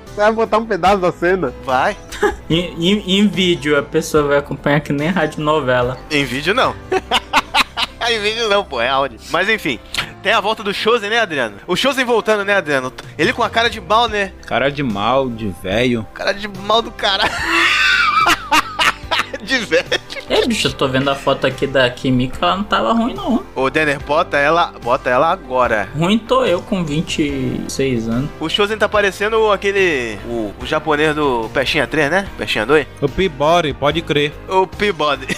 S5: Você vai botar um pedaço da cena?
S1: Vai.
S4: Em, em- em vídeo, a pessoa vai acompanhar que nem rádio novela.
S1: Em vídeo não. em vídeo não, pô, é áudio. Mas enfim, tem a volta do Chosen, né, Adriano? O Chosen voltando, né, Adriano? Ele com a cara de mal, né?
S3: Cara de mal, de velho.
S1: Cara de mal do caralho. de velho.
S4: Ei, É, bicho, eu tô vendo a foto aqui da Kimika, ela não tava ruim, não.
S1: Ô, Denner, bota ela, bota ela agora.
S4: Ruim tô eu com 26 anos.
S1: O Chosen tá parecendo aquele. O, o japonês do Peixinha 3, né? Peixinha 2?
S3: O Pibori, pode crer.
S1: O Peabody.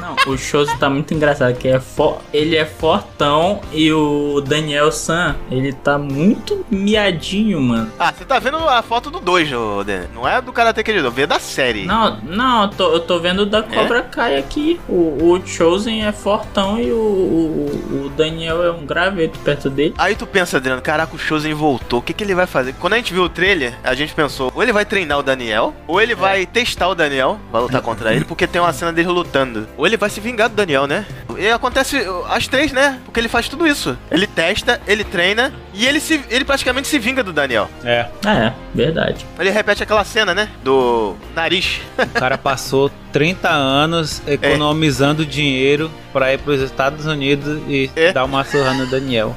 S4: Não, o Shoso tá muito engraçado, que é fo- ele é fortão e o Daniel San, ele tá muito miadinho, mano.
S1: Ah, você tá vendo a foto do 2, ô, Denner. Não é do Karate Kid, não. Vê da série.
S4: Não, não, eu tô, eu tô vendo da Cobra Kai aqui. O, o Chosen é fortão e o, o, o Daniel é um graveto perto dele.
S1: Aí tu pensa, Adriano, caraca, o Chosen voltou, o que, que ele vai fazer? Quando a gente viu o trailer, a gente pensou, ou ele vai treinar o Daniel, ou ele vai testar o Daniel, vai lutar contra ele, porque tem uma cena dele lutando. Ou ele vai se vingar do Daniel, né? E acontece uh, as três, né? Porque ele faz tudo isso. Ele testa, ele treina, e ele, se, ele praticamente se vinga do Daniel.
S3: É,
S4: É, verdade.
S1: Ele repete aquela cena, né? Do nariz.
S3: o cara passou 30 anos economizando dinheiro pra ir pros Estados Unidos e
S1: É.
S3: dar uma surra no Daniel.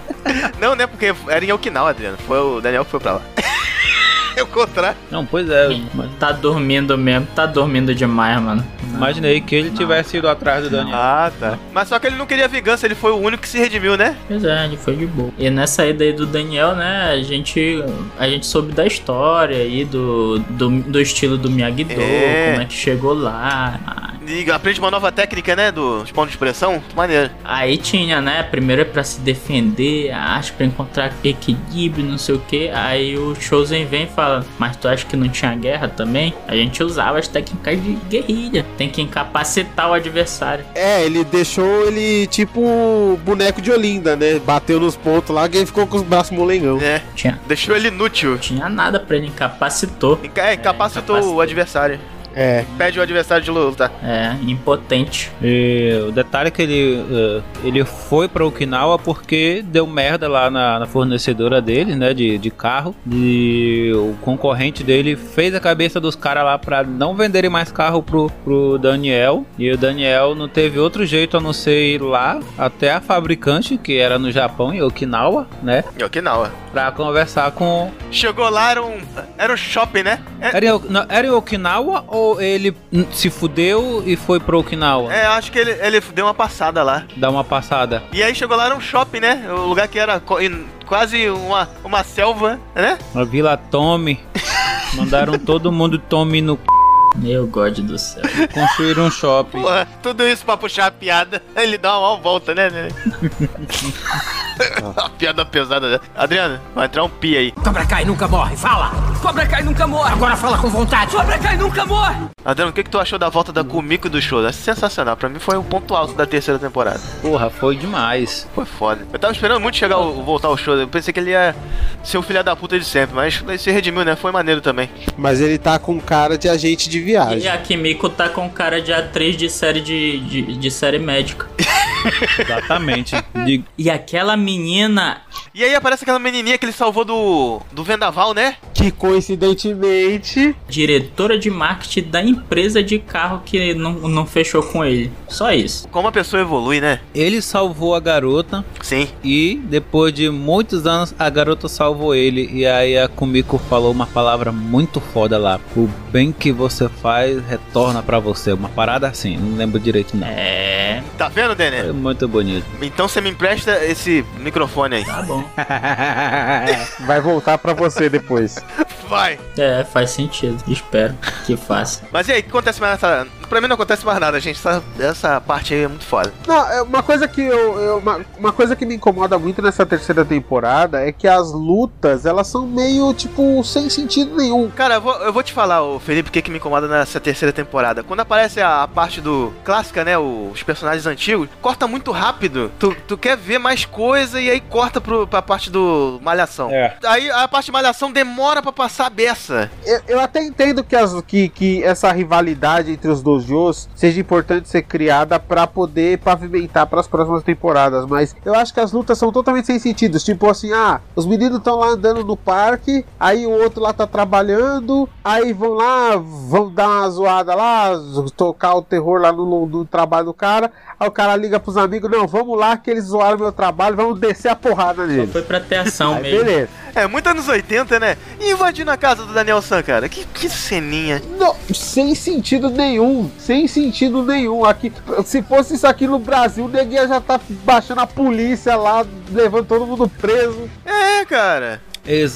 S1: Não, né? Porque era em Okinawa, Adriano. Foi o Daniel que foi pra lá. É o contrário.
S3: Não, pois é. mas
S4: Tá dormindo mesmo, tá dormindo demais, mano.
S3: Imaginei que ele tivesse ido atrás do Daniel.
S1: Ah, tá. Mas só que ele não queria vingança, ele foi o único que se redimiu, né?
S4: Pois é, ele foi de boa. E nessa saída aí do Daniel, né, a gente, a gente soube da história aí, do, do, do estilo do Miyagi-Do,
S1: É.
S4: como é que chegou lá.
S1: E aprende uma nova técnica, né? Do spawn de expressão. Maneiro.
S4: Aí tinha, né, primeiro é pra se defender, a arte pra encontrar equilíbrio, não sei o que. Aí o Chosen vem e fala, mas tu acha que não tinha guerra também? A gente usava as técnicas de guerrilha, tem que incapacitar o adversário.
S11: É, ele deixou ele tipo boneco de Olinda, né? Bateu nos pontos lá, quem ficou com os braços molengão.
S1: É.
S4: Tinha.
S1: Deixou ele inútil.
S4: Não tinha nada pra ele, incapacitou.
S1: Inca- é, incapacitou
S4: incapacitou.
S1: o adversário.
S11: É.
S1: Impede o adversário de lutar.
S4: É, impotente.
S3: E o detalhe é que ele, eh, ele foi pra Okinawa porque deu merda lá na, na fornecedora dele, né? De, de carro. E o concorrente dele fez a cabeça dos caras lá pra não venderem mais carro pro, pro Daniel. E o Daniel não teve outro jeito a não ser ir lá até a fabricante, que era no Japão, em Okinawa, né?
S1: E É o que não, ó.
S3: Pra conversar com.
S1: Chegou lá, era um, era um shopping, né? É,
S3: Era em, Ok- não, era em Okinawa ou ele hum, se fudeu e foi pro Okinawa?
S1: é, acho que ele, ele deu uma passada lá.
S3: Dar uma passada.
S1: E aí chegou lá, era um shopping, né? O lugar que era co- em- quase uma, uma selva, né?
S3: Na Vila Tome. Mandaram todo mundo tome no c...
S4: Meu God do céu.
S3: construir um shopping.
S1: Porra, tudo isso pra puxar a piada. Ele dá uma volta, né? né? a piada pesada. né? Adriano, vai entrar um pi aí.
S7: Cobra Kai nunca morre, fala! Cobra Kai nunca morre! Agora fala com vontade! Cobra Kai nunca morre!
S1: Adriano, o que, que tu achou da volta da Kumiko e do show? É sensacional. Pra mim foi o ponto alto da terceira temporada.
S3: Porra, foi demais.
S1: Foi foda. Eu tava esperando muito chegar o, voltar ao show. Eu pensei que ele ia ser o filho da puta de sempre, mas ele se redimiu, né? Foi maneiro também.
S11: Mas ele tá com cara de agente de
S4: E
S11: viagem.
S4: a Kimiko tá com cara de atriz de série de, de, de série médica.
S3: Exatamente. De-
S4: E aquela menina,
S1: E aí aparece aquela menininha que ele salvou do, do vendaval, né?
S5: Que coincidentemente.
S4: diretora de marketing da empresa de carro que não, não fechou com ele. Só isso.
S1: Como a pessoa evolui, né?
S3: Ele salvou a garota
S1: Sim.
S3: e depois de muitos anos a garota salvou ele. E aí a Kumiko falou uma palavra muito foda lá. O bem que você faz retorna pra você. Uma parada assim, não lembro direito não.
S4: É.
S1: Tá vendo, Denner?
S3: Foi muito bonito.
S1: Então você me empresta esse microfone aí.
S4: Tá bom.
S5: Vai voltar pra você depois.
S1: Vai.
S4: É, faz sentido. Espero que faça.
S1: Mas e aí, o que acontece mais nessa. Pra mim não acontece mais nada, gente. Essa, essa parte aí é muito foda.
S5: Não, é uma coisa que eu, eu- uma, uma coisa que me incomoda muito nessa terceira temporada é que as lutas elas são meio tipo sem sentido nenhum.
S1: Cara, eu vou, eu vou te falar, ô Felipe, o que, que me incomoda nessa terceira temporada. Quando aparece a, a parte do clássica, né? o- os personagens antigos, corta muito rápido. Tu, tu quer ver mais coisa e aí corta pro, pra parte do Malhação.
S3: É.
S1: Aí a parte de Malhação demora pra passar a beça.
S5: Eu, eu até entendo que, as, que, que essa rivalidade entre os dojos seja importante ser criada pra poder pavimentar pras próximas temporadas, mas eu acho que as lutas são totalmente sem sentido. Tipo assim, ah, os meninos estão lá andando no parque, aí o outro lá tá trabalhando, aí vão lá, vão dar uma zoada lá, zo- tocar o terror lá no, no- no trabalho do cara, aí o cara liga pros amigos, não, vamos lá que eles zoaram meu trabalho, vamos descer a porrada nele.
S4: Foi pra um ter ação
S5: Aí
S4: mesmo.
S5: beleza.
S1: É, muito anos 80, né? E invadindo a casa do Daniel San, cara. Que, que ceninha.
S5: Não, sem sentido nenhum. Sem sentido nenhum. Aqui, se fosse isso aqui no Brasil, o neguinha já tá baixando a polícia lá, levando todo mundo preso.
S1: É, cara.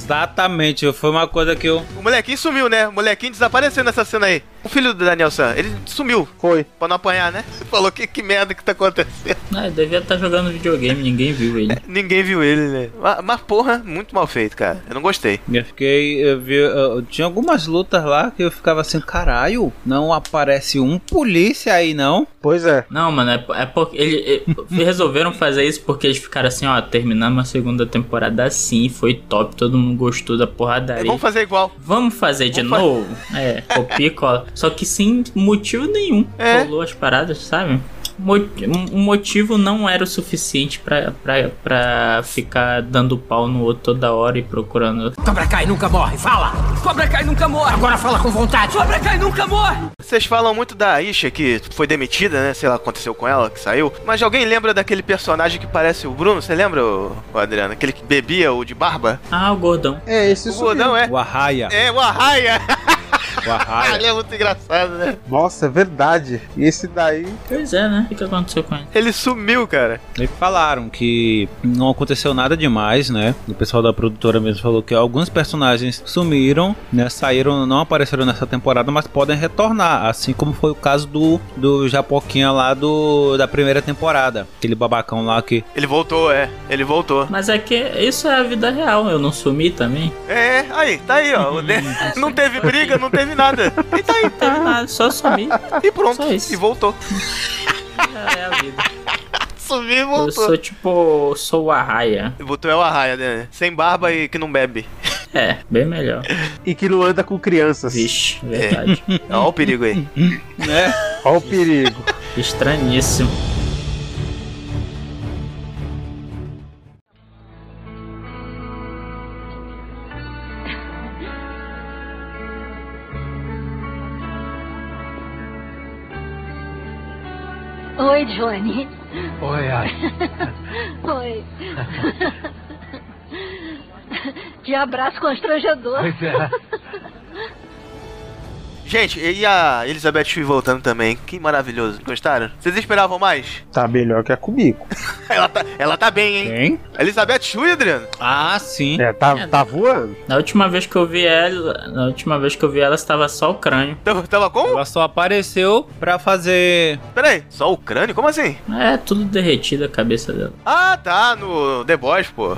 S3: Exatamente, foi uma coisa que eu.
S1: O molequinho sumiu, né? O molequinho desapareceu nessa cena aí. O filho do Daniel San, ele sumiu.
S5: Foi.
S1: Pra não apanhar, né? Falou, que, que merda que tá acontecendo?
S4: Ah, ele devia estar jogando videogame, ninguém viu ele.
S1: Ninguém viu ele, né? Mas, mas, porra, muito mal feito, cara. Eu não gostei.
S3: Eu fiquei. Eu vi, eu- tinha algumas lutas lá que eu ficava assim, caralho, não aparece um polícia aí não.
S5: Pois é.
S4: Não, mano, é, é porque ele, ele- resolveram fazer isso porque eles ficaram assim, ó, terminamos a segunda temporada assim, foi top, todo mundo gostou da porradaria.
S1: Vamos É fazer igual.
S4: Vamos fazer de
S1: Vamos fa-
S4: novo? É, copia e cola. Só que sem motivo nenhum.
S1: É.
S4: Rolou as paradas, sabe? mo- um motivo não era o suficiente pra, pra, pra ficar dando pau no outro toda hora e procurando.
S7: Cobra Kai nunca morre, fala! Cobra Kai nunca morre! Agora fala com vontade! Cobra Kai nunca morre!
S1: Vocês falam muito da Isha que foi demitida, né? Sei lá o que aconteceu com ela, que saiu. Mas alguém lembra daquele personagem que parece o Bruno? Você lembra, o, Adriano? Aquele que bebia, o de barba?
S4: Ah, o gordão.
S1: É, esse O gordão é.
S3: O Arraia.
S1: É, o Arraia.
S3: O Arraia.
S1: Ele é muito engraçado, né?
S5: Nossa, é verdade. E esse daí.
S4: Pois é, né? O que aconteceu com ele?
S1: Ele sumiu, cara.
S3: E falaram que não aconteceu nada demais, né? O pessoal da produtora mesmo falou que alguns personagens sumiram, né? Saíram, não apareceram nessa temporada, mas podem retornar. Assim como foi o caso do, do Japoquinha lá do, da primeira temporada. Aquele babacão lá que.
S1: Ele voltou, é. Ele voltou.
S4: Mas é que isso é a vida real, eu não sumi também.
S1: É, aí, tá aí, ó. O de- não teve briga, não teve nada. E tá aí. Não
S4: teve nada, só sumi.
S1: E pronto,
S4: Só isso.
S1: e voltou.
S4: É a vida.
S1: Sumiu e
S4: Eu
S1: voltou.
S4: sou tipo. Sou o Arraia.
S1: Botou é o Arraia, né? Sem barba e que não bebe.
S4: É, bem melhor.
S5: E que não anda com crianças.
S4: Vixe, verdade.
S1: Olha o perigo aí.
S3: Né?
S5: Olha o perigo.
S4: Estranhíssimo.
S12: Oi, Johnny.
S7: Oi, ai.
S12: Oi. Que abraço constrangedor.
S1: Pois é. Gente, e a Elizabeth Shue voltando também. Que maravilhoso. Gostaram? Vocês esperavam mais?
S5: Tá melhor que a comigo.
S1: Ela tá, ela tá bem, hein?
S3: Quem?
S1: Elizabeth Shue, Adriano?
S3: Ah, sim.
S5: É, tá, tá voando.
S4: Na última vez que eu vi ela, na última vez que eu vi ela, estava só o crânio.
S1: Tava, tava como?
S3: Ela só apareceu pra fazer.
S1: Peraí, só o crânio? Como assim?
S4: É, tudo derretido a cabeça dela.
S1: Ah, tá, no The Boys, pô.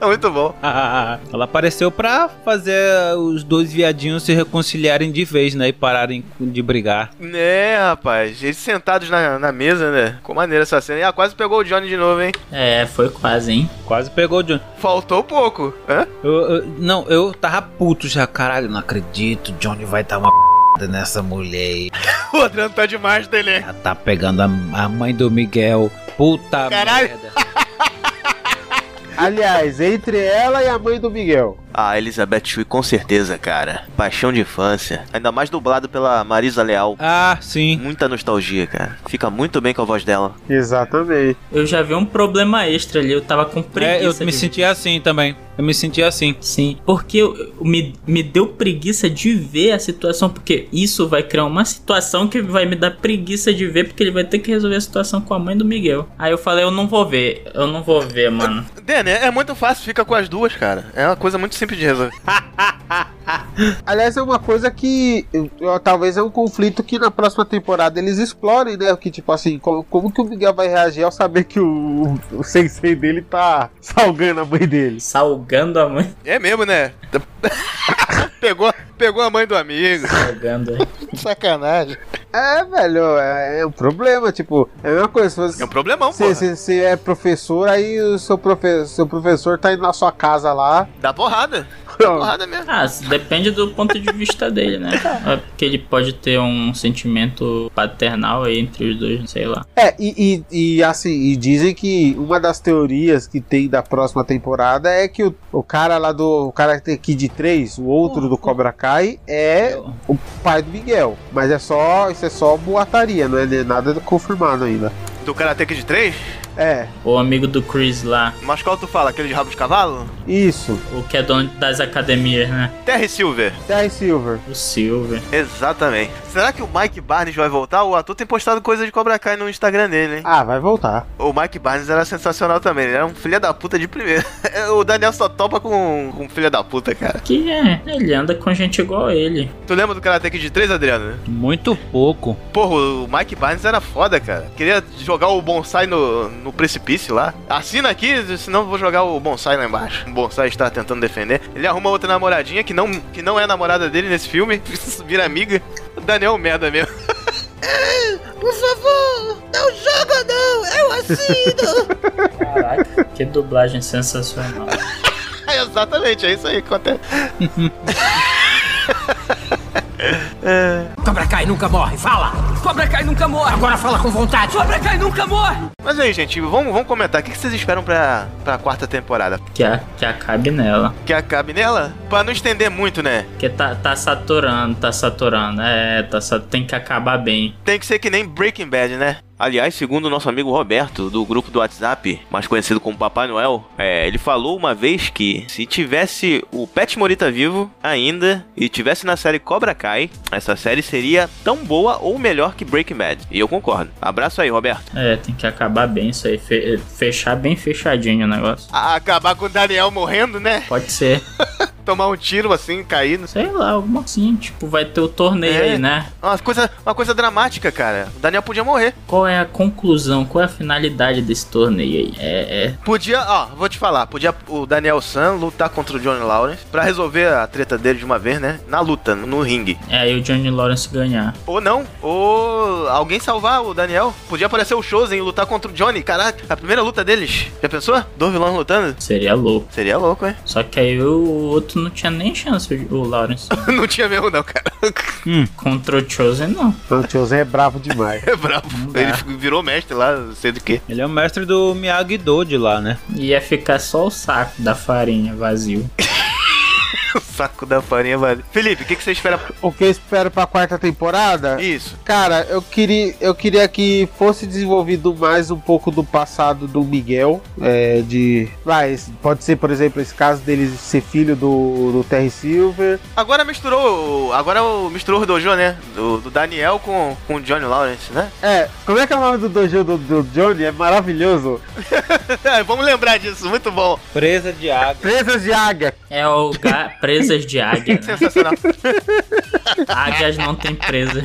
S1: Muito bom.
S3: Ela apareceu pra fazer os dois viadinhos se reconciliarem de vez, né? E pararem de brigar.
S1: Né, rapaz. Eles sentados na, na mesa, né? Com maneira essa cena. E ah, quase pegou o Johnny de novo, hein?
S4: É, foi quase, hein?
S3: Quase pegou o John.
S1: Faltou pouco. Hã?
S3: Eu- eu- não, eu tava puto já, caralho, não acredito. Johnny vai dar uma p*** nessa mulher aí.
S1: O Adriano tá demais dele, hein?
S3: Ela tá pegando a, a mãe do Miguel. Puta
S1: Caralho.
S3: merda.
S5: Aliás, entre ela e a mãe do Miguel.
S1: Ah, Elizabeth Shue, com certeza, cara. Paixão de infância. Ainda mais dublado pela Marisa Leal.
S3: Ah, sim.
S1: Muita nostalgia, cara. Fica muito bem com a voz dela.
S5: Exatamente.
S4: Eu já vi um problema extra ali, eu tava com preguiça.
S3: É, eu me
S4: de-
S3: senti assim também. Eu me senti assim.
S4: Sim, porque eu- eu- me, me deu preguiça de ver a situação, porque isso vai criar uma situação que vai me dar preguiça de ver, porque ele vai ter que resolver a situação com a mãe do Miguel. Aí eu falei, eu não vou ver, eu não vou ver, mano.
S1: Dene, é muito fácil, fica com as duas, cara. É uma coisa muito simples de resolver.
S5: Aliás, é uma coisa que eu- eu- talvez é um conflito que na próxima temporada eles explorem, né? Que tipo assim, como, como que o Miguel vai reagir ao saber que o, o sensei dele tá salgando a mãe dele?
S4: Salgando a mãe.
S1: É mesmo, né? pegou, pegou a mãe do amigo.
S4: Salgando.
S1: Sacanagem.
S5: É, velho, é, é um problema, tipo, é a mesma coisa. Se você,
S1: É um problemão, pô.
S5: Você é professor, aí o seu, profe, seu professor tá indo na sua casa lá.
S1: Dá porrada. Dá porrada mesmo.
S4: Ah, se- depende do ponto de vista dele, né? É Porque ele pode ter um sentimento paternal aí entre os dois, sei lá.
S5: É, e, e, e, assim, e dizem que uma das teorias que tem da próxima temporada é que o, o cara lá do. O cara que tem Kid 3, o outro do Cobra Kai, é o pai do Miguel. Mas é só. Isso é só boataria, não é nada confirmado ainda.
S1: Do Karate Kid 3?
S5: É,
S4: O amigo do Chris lá,
S1: Mas qual tu fala? Aquele de rabo de cavalo?
S5: isso.
S4: o que é dono das academias, né?
S1: Terry Silver.
S5: Terry Silver.
S4: O Silver.
S1: Exatamente. Será que o Mike Barnes vai voltar? O ator tem postado coisa de Cobra Kai no Instagram dele, hein?
S5: Ah, vai voltar.
S1: O Mike Barnes era sensacional também. Ele era um filho da puta de primeiro. o Daniel só topa com, com filho da puta, cara.
S4: Que é, ele anda com gente igual a ele.
S1: Tu lembra do Karate Kid 3, Adriano?
S3: Muito pouco.
S1: Porra, o Mike Barnes era foda, cara. Queria jogar o bonsai no, no precipício lá. Assina aqui, senão eu vou jogar o bonsai lá embaixo. O bonsai está tentando defender. Ele arruma outra namoradinha que não, que não é namorada dele nesse filme. Vira amiga. O Daniel é um merda mesmo.
S7: Por favor, não joga não, eu assino!
S4: Caraca, que dublagem sensacional.
S1: Exatamente, é isso aí que acontece.
S7: Cobra Kai nunca morre, fala! Cobra Kai nunca morre! Agora fala com vontade! Cobra Kai nunca morre!
S1: Mas aí, gente, vamos, vamos comentar. O que que vocês esperam pra, pra quarta temporada?
S4: Que, a- que acabe nela.
S1: Que acabe nela? Pra não estender muito, né?
S4: Porque tá, tá saturando, tá saturando. É, tá sa- tem que acabar bem.
S1: Tem que ser que nem Breaking Bad, né? Aliás, segundo o nosso amigo Roberto, do grupo do WhatsApp, mais conhecido como Papai Noel, é, ele falou uma vez que se tivesse o Pet Morita vivo ainda e tivesse na série Cobra Kai, essa série seria tão boa ou melhor que Breaking Bad. E eu concordo. Abraço aí, Roberto.
S4: É, tem que acabar bem isso aí. fe- fechar bem fechadinho o negócio.
S1: Acabar com o Daniel morrendo, né?
S4: Pode ser.
S1: Tomar um tiro assim, caindo.
S4: Sei lá, alguma assim, tipo, vai ter o torneio aí, né?
S1: Uma coisa, uma coisa dramática, cara. O Daniel podia morrer.
S4: Qual é a conclusão? Qual é a finalidade desse torneio aí? É, é.
S1: Podia, ó, vou te falar, podia o Daniel San lutar contra o Johnny Lawrence pra resolver a treta dele de uma vez, né? Na luta, no ringue.
S4: É aí o Johnny Lawrence ganhar.
S1: Ou não, ou alguém salvar o Daniel. Podia aparecer o Chosen e lutar contra o Johnny. Caraca, a primeira luta deles. Já pensou? Dois vilões lutando?
S4: Seria louco.
S1: Seria louco, hein?
S4: Só que aí o outro não tinha nem chance, o o Lawrence.
S1: não tinha mesmo, não, cara.
S4: Contra o Chosen, não.
S5: O Tiozinho é bravo demais.
S1: É brabo.
S4: dá.
S1: Ele fi- virou mestre lá, não sei do que.
S3: Ele é o mestre do Miyagi-Do de lá, né?
S4: Ia ficar só o saco da farinha vazio.
S1: o saco da farinha, mano. Felipe, o que, que você espera?
S5: O que eu espero pra quarta temporada?
S1: Isso.
S5: Cara, eu queria, eu queria que fosse desenvolvido mais um pouco do passado do Miguel. É, de. Vai, esse- pode ser, por exemplo, esse caso dele ser filho do, do Terry Silver.
S1: Agora misturou. o- Agora o- misturou o Dojo, né? Do, do Daniel com, com o Johnny Lawrence, né?
S5: É, como é que é o nome do dojo do, do Johnny? É maravilhoso.
S1: É, Vamos lembrar disso, muito bom.
S3: Presa de água.
S5: Presas de águia.
S4: É o ga... presas de águia. né?
S1: Sensacional.
S4: Águias não tem presas.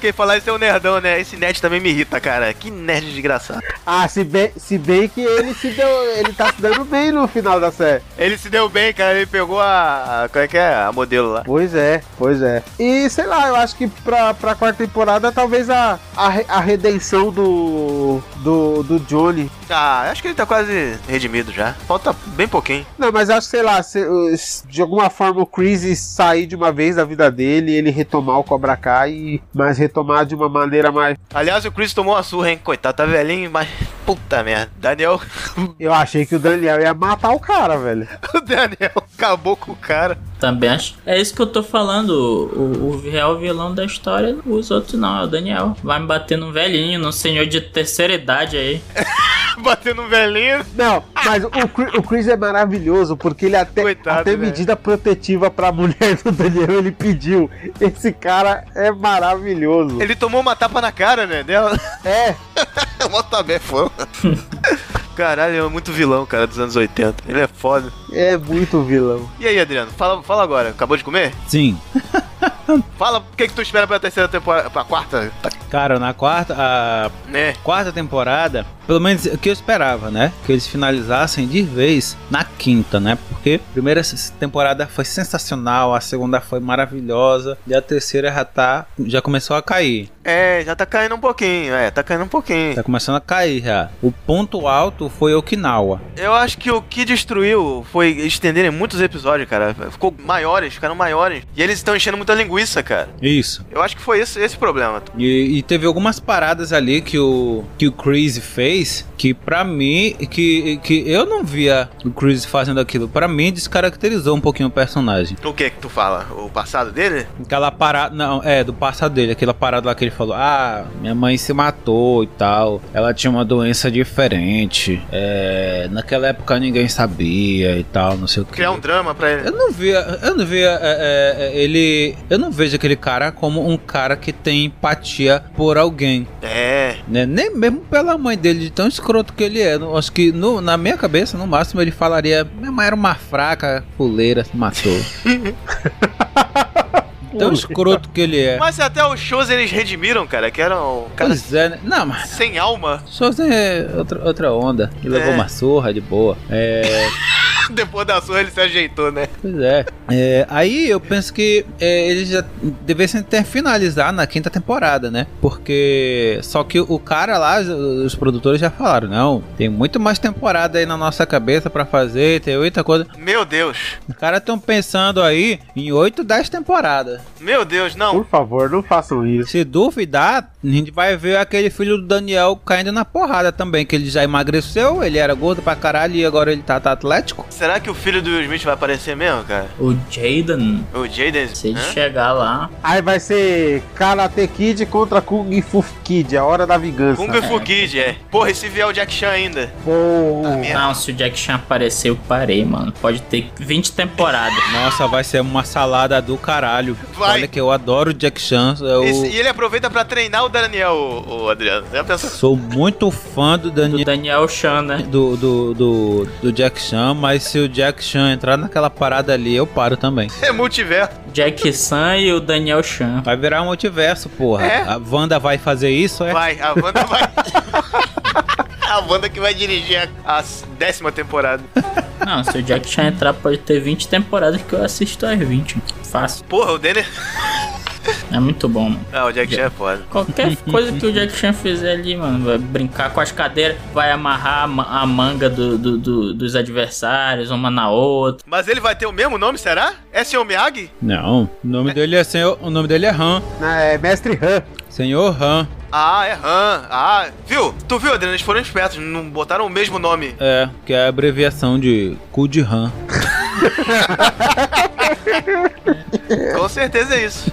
S1: Quem falar isso é um nerdão, né? Esse nerd também me irrita, cara. Que nerd desgraçado.
S5: Ah, se bem, se bem que ele se deu. Ele tá se dando bem no final da série.
S1: Ele se deu bem, cara. Ele pegou a. a- Como é que é? A modelo lá.
S5: Pois é, pois é. E sei lá, eu acho que pra, pra quarta temporada talvez a, a, re- a redenção do, do, do Johnny.
S1: Ah, acho que ele tá quase redimido já. Falta bem pouquinho.
S5: Não, mas acho que sei lá, se, uh, se de alguma forma o Chris sair de uma vez da vida dele, ele retomar o Cobra Kai, e- mas retomar de uma maneira mais.
S1: Aliás, o Chris tomou uma surra, hein? Coitado, tá velhinho, mas. Puta merda. Daniel.
S5: Eu achei que o Daniel ia matar o cara, velho.
S1: o Daniel acabou com o cara.
S4: Também acho. É isso que eu tô falando. O, o- o real vilão da história, os outros não, é o Daniel. Vai me bater num velhinho, num senhor de terceira idade aí.
S1: Batendo um velhinho.
S5: Não, mas o, Chri- o Chris é maravilhoso porque ele até, até
S1: velho.
S5: medida protetiva pra mulher do Daniel ele pediu. Esse cara é maravilhoso.
S1: Ele tomou uma tapa na cara, né? Dela.
S5: É,
S1: Mó tabé fã. Caralho, é muito vilão, cara, dos anos 80. Ele é foda.
S5: é muito vilão.
S1: E aí, Adriano? Fala, fala agora. Acabou de comer?
S3: Sim.
S1: Fala o que, que tu espera pra terceira temporada. pra quarta.
S3: Cara, na quarta, a
S1: Né?
S3: quarta temporada, pelo menos o que eu esperava, né? Que eles finalizassem de vez na quinta, né? Porque a primeira s- temporada foi sensacional, a segunda foi maravilhosa, e a terceira já tá. já começou a cair.
S1: É, já tá caindo um pouquinho, é, tá caindo um pouquinho.
S3: Tá começando a cair já. O ponto alto foi Okinawa.
S1: Eu acho que o que destruiu foi estenderem muitos episódios, cara. Ficou maiores, ficaram maiores. E eles estão enchendo muita linguiça, cara.
S3: Isso.
S1: Eu acho que foi esse, esse problema.
S3: E, e teve algumas paradas ali que o que o Chris fez que pra mim que, que eu não via o Chris fazendo aquilo. Pra mim descaracterizou um pouquinho o personagem.
S1: O que que tu fala? O passado dele?
S3: Aquela parada, não, é do passado dele, aquela parada lá que ele falou: "Ah, minha mãe se matou e tal. Ela tinha uma doença diferente. É, naquela época ninguém sabia e tal, não sei o que.
S1: Criar um drama pra ele.
S3: Eu não via, eu não via é, é, é, ele, eu não vejo aquele cara como um cara que tem empatia por alguém.
S1: É.
S3: Né? Nem mesmo pela mãe dele, de tão escroto que ele é. Não- Acho que no- na minha cabeça, no máximo, ele falaria: Minha mãe era uma fraca, fuleira, se matou. tão escroto que ele é.
S1: Mas até os shows eles redimiram, cara, que eram cara
S3: Pois é, né? Não, mas.
S1: sem alma.
S3: Só é outra, outra onda. Ele
S1: É.
S3: levou uma surra de boa. É.
S1: Depois da surra ele se ajeitou, né?
S3: Pois é. É, aí eu penso que é, eles já devessem ter finalizado na quinta temporada, né? Porque. Só que o cara lá, os- os produtores já falaram: não, tem muito mais temporada aí na nossa cabeça pra fazer, tem muita coisa.
S1: Meu Deus.
S3: Os caras estão pensando aí em 8, 10 temporadas.
S1: Meu Deus, não.
S3: Por
S5: favor, não façam isso.
S3: Se duvidar, a gente vai ver aquele filho do Daniel caindo na porrada também, que ele já emagreceu, ele era gordo pra caralho e agora ele tá, tá atlético.
S1: Será que o filho do Will Smith vai aparecer mesmo, cara?
S4: O Jaden.
S1: O Jaden.
S4: Se ele chegar lá.
S5: Aí vai ser Karate Kid contra Kung Fu Kid, a hora da vingança.
S1: Kung Fu Kid, é. Porra, e se vier o Jack Chan ainda?
S4: Não, se o Jack Chan aparecer, eu parei, mano. Pode ter 20 temporadas.
S3: Nossa, vai ser uma salada do caralho.
S1: Vai.
S3: Olha que eu adoro o Jack Chan, eu
S1: Esse- e ele aproveita pra treinar o Daniel, o, o Adriano. Já pensou?
S3: sou muito fã do Daniel, do
S4: Daniel Chan, né?
S3: Do, do, do, Jack Chan, mas se o Jack Chan entrar naquela parada ali, eu paro também.
S1: É multiverso.
S4: Jack Chan e o Daniel Chan.
S3: Vai virar um multiverso, porra.
S1: É.
S3: A Wanda vai fazer isso, é?
S1: Vai, a Wanda vai. a Wanda que vai dirigir a, a décima temporada.
S4: Não, se o Jack Chan entrar, pode ter 20 temporadas que eu assisto às 20. Fácil.
S1: Porra, o Denner.
S4: É muito bom, mano.
S1: Ah, o Jack Chan é foda.
S4: Qualquer coisa que o Jack Chan fizer ali, mano, vai brincar com as cadeiras, vai amarrar a ma- a manga do- do- do- dos adversários, uma na outra.
S1: Mas ele vai ter o mesmo nome, será? É seu Miyagi?
S3: Não, o nome dele é senhor, o nome dele é Han.
S5: É, mestre Han.
S3: Senhor Han.
S1: Ah, é Han. Ah, viu? Tu viu, Adriano? Eles foram espertos, não botaram o mesmo nome.
S3: É, que é a abreviação de cu de Han.
S1: Com certeza é isso.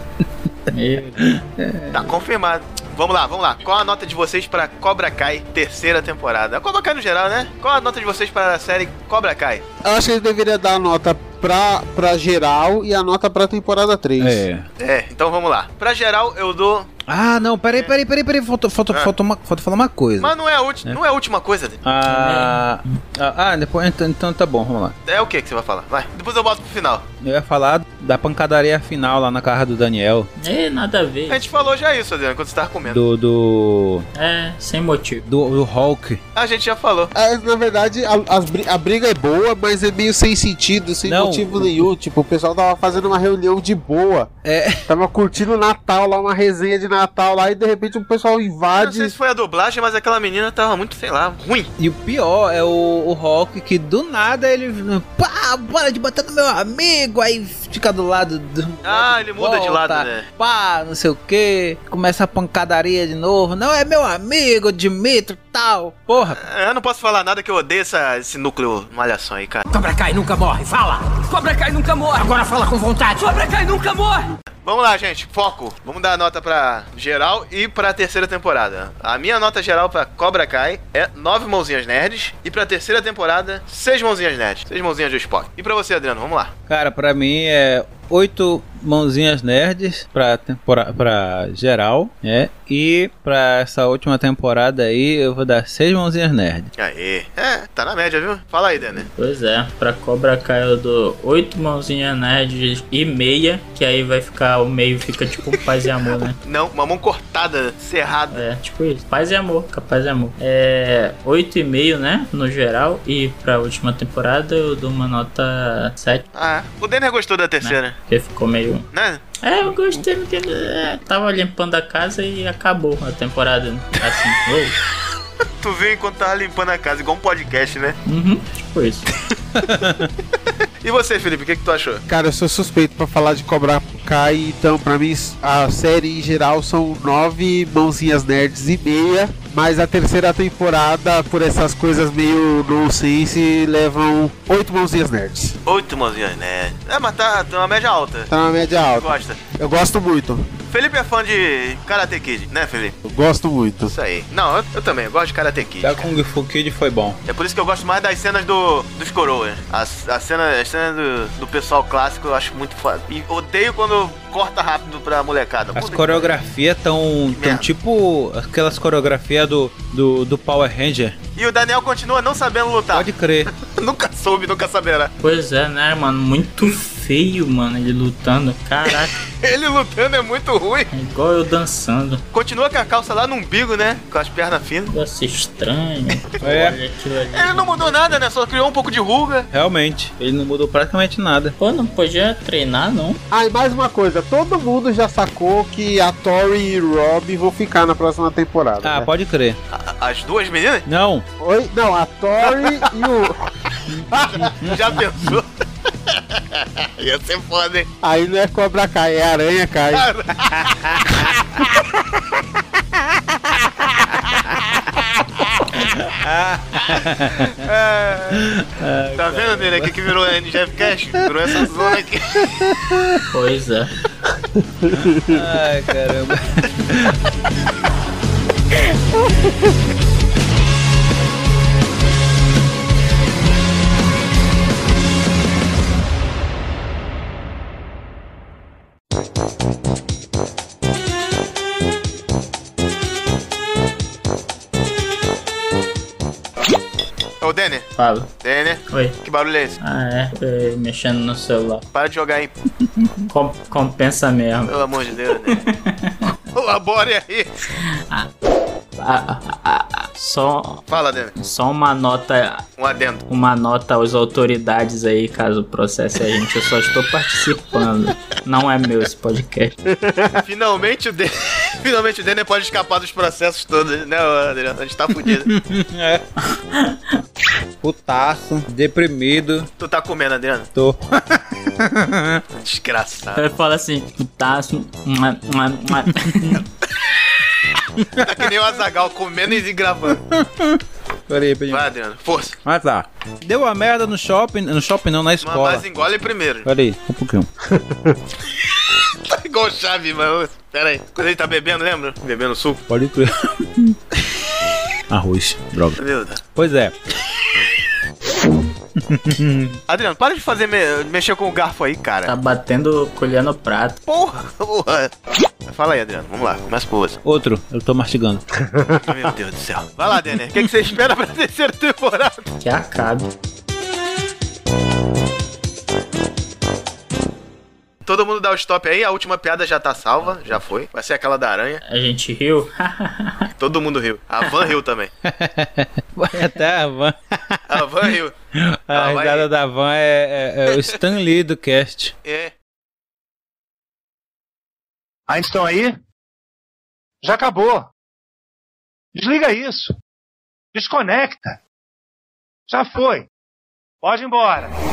S1: Tá confirmado. Vamos lá, vamos lá. Qual a nota de vocês pra Cobra Kai terceira temporada? A Cobra Kai no geral, né? Qual a nota de vocês para a série Cobra Kai?
S11: Eu acho que ele deveria dar a nota pra, pra geral e a nota pra temporada 3.
S3: É.
S1: É, então vamos lá. Pra geral, eu dou.
S3: Ah, não, peraí, peraí, peraí, peraí. Faltou, faltou,
S1: Ah.
S3: faltou, uma, faltou falar uma coisa.
S1: Mas não é a, ulti-
S3: É.
S1: não é a última coisa, Adriano.
S3: Ah, ah, ah, depois então, então tá bom, vamos lá.
S1: É o que que você vai falar? Vai. Depois eu boto pro final.
S3: Eu ia falar da pancadaria final lá na casa do Daniel.
S4: É, nada a ver.
S1: A gente falou já isso, Adriano, quando você tava comendo.
S3: Do. Do.
S4: É, sem motivo.
S3: Do, do Hulk.
S1: A gente já falou.
S11: É, na verdade, a, as bri- a briga é boa, mas é meio sem sentido, sem
S3: Não.
S11: motivo nenhum. Tipo, o pessoal tava fazendo uma reunião de boa.
S3: É.
S11: Tava curtindo o Natal lá, uma resenha de Natal lá, e de repente o pessoal
S1: Eu Não sei
S11: invade.
S1: se foi a dublagem, mas aquela menina tava muito, sei lá, ruim.
S3: E o pior é o, o Hulk que do nada ele. Pá, bora de bater no meu amigo! Aí fica do lado do.
S1: Ah, ele muda de
S3: volta,
S1: lado, né?
S3: Pá, não sei o que. Começa a pancadaria de novo. Não, é meu amigo, Dimitro tal. Porra.
S1: É, Eu não posso falar nada que eu odeio essa, esse núcleo malhação aí, cara.
S7: Cobra Kai nunca morre, fala! Cobra Kai nunca morre! Agora fala com vontade! Cobra Kai nunca morre!
S1: Vamos lá, gente, foco. Vamos dar a nota pra geral e pra terceira temporada. A minha nota geral pra Cobra Kai é nove mãozinhas nerds. E pra terceira temporada, seis mãozinhas nerds. seis mãozinhas do Spock. E pra você, Adriano, vamos lá.
S3: Cara, pra mim é oito mãozinhas nerds pra, tempora- pra geral, né? E pra essa última temporada aí eu vou dar seis mãozinhas nerds.
S1: Aê. É, tá na média, viu? Fala aí, Denner.
S4: Pois é, pra Cobra Kai eu dou 8 mãozinhas nerds e meia, que aí vai ficar, o meio fica tipo paz e amor, né?
S1: Não, uma mão cortada, cerrada.
S4: É, tipo isso. Paz e amor, capaz e amor. É, 8,5, né? No geral. E pra última temporada eu dou uma nota 7,
S1: Ah, o Denner gostou da terceira,
S4: porque ficou meio.
S1: né?
S4: É, eu gostei porque é, tava limpando a casa e acabou a temporada. né? Assim, uou.
S1: Tu viu enquanto tava limpando a casa, igual um podcast, né?
S4: Uhum, tipo isso.
S1: E você, Felipe, o que, que tu achou?
S11: Cara, eu sou suspeito pra falar de Cobra Kai, então pra mim a série em geral são nove mãozinhas nerds e meia, mas a terceira temporada, por essas coisas meio nonsense, levam oito mãozinhas nerds.
S1: Oito mãozinhas nerds. É, mas tá, tá uma média alta.
S11: Tá na média alta.
S1: Gosta.
S11: Eu gosto muito,
S1: Felipe é fã de Karate Kid, né, Felipe?
S11: eu gosto muito.
S1: Isso aí. Não, eu, eu também, eu gosto de Karate Kid.
S3: Já Kung Fu Kid foi bom.
S1: É por isso que eu gosto mais das cenas do, dos coroas. As, a cena, as cenas do, do pessoal clássico eu acho muito foda. E odeio quando corta rápido pra molecada.
S3: As
S1: Puta
S3: coreografias tão, tão tipo aquelas coreografias do, do, do Power Ranger.
S1: que- E o Daniel Tá. continua não sabendo lutar.
S3: Pode crer.
S1: nunca soube, nunca saberá.
S4: Pois é, né, mano? Muito feio, mano, ele lutando. Caraca.
S1: Ele lutando é muito ruim.
S4: É igual eu dançando.
S1: Continua com a calça lá no umbigo, né? Com as pernas finas.
S4: Nossa, estranho.
S3: É.
S1: Ele não mudou nada, né? Só criou um pouco de ruga.
S3: Realmente, ele não mudou praticamente nada.
S4: Pô, não podia treinar, não.
S5: Ah, e mais uma coisa, todo mundo já sacou que a Tori e Rob vão ficar na próxima temporada.
S3: Ah,
S5: né?
S3: pode crer.
S1: As duas meninas?
S3: Não.
S5: Oi? Não, a Tori e
S1: Já pensou? Ia ser foda, hein?
S5: o. Aí não é Cobra Kai, é Aranha Kai.
S1: É. tá vendo, dele aqui que virou NGF Cash? Virou essa zona aqui.
S4: Pois é.
S3: Ai, caramba.
S1: Ô, Danny,
S4: Fala.
S1: Danny,
S4: Oi.
S1: que barulho é esse?
S4: Ah, é. Tô mexendo no celular.
S1: Para de jogar aí, pô.
S4: Com- compensa mesmo.
S1: pelo amor de Deus, né? Colabore aí.
S4: Ah, ah, ah, ah. Só,
S1: Fala, Danny.
S4: só uma nota.
S1: Um adendo.
S4: Uma nota às autoridades aí, caso processe a gente. Eu só estou participando. Não é meu esse podcast.
S1: Finalmente o Danny... Finalmente o Danny pode escapar dos processos todos, né, Adriano? A gente tá fudido.
S3: É. Putaço, deprimido.
S1: tu tá comendo, Adriano?
S3: Tô.
S1: Desgraçado.
S4: Ele fala assim, putaço. mua, mua, mua.
S1: Tá que nem o Azagal comendo e gravando.
S3: Peraí, peraí.
S1: Vai, Adriano. Força.
S3: Ah, tá. Deu uma merda no shopping. No shopping não, na
S1: Mas,
S3: escola.
S1: mas engole primeiro.
S3: Peraí, um pouquinho.
S1: Tá igual o Chave, mano. Pera aí. Quando ele tá bebendo, lembra? Bebendo suco.
S3: Pode crer. Arroz, droga.
S1: Meu Deus.
S3: Pois é.
S1: Adriano, para de fazer me- mexer com o garfo aí, cara.
S4: Tá batendo colher no prato.
S1: Porra, porra. Fala aí, Adriano. Vamos lá. Começa por você.
S3: Outro, eu tô mastigando.
S1: Meu Deus do céu. Vai lá, Denner. O que, que você espera pra terceira temporada?
S4: Que acabe.
S1: Todo mundo dá o stop aí. A última piada já tá salva. Já foi. Vai ser aquela da aranha.
S4: A gente riu.
S1: Todo mundo riu. A Van riu também.
S3: Vai até a van.
S1: A Van riu.
S3: A
S1: Ah, vai.
S3: risada da van é, é- é o Stan Lee do cast.
S1: É.
S13: Ainda estão aí? Já acabou. Desliga isso. Desconecta. Já foi. Pode ir embora.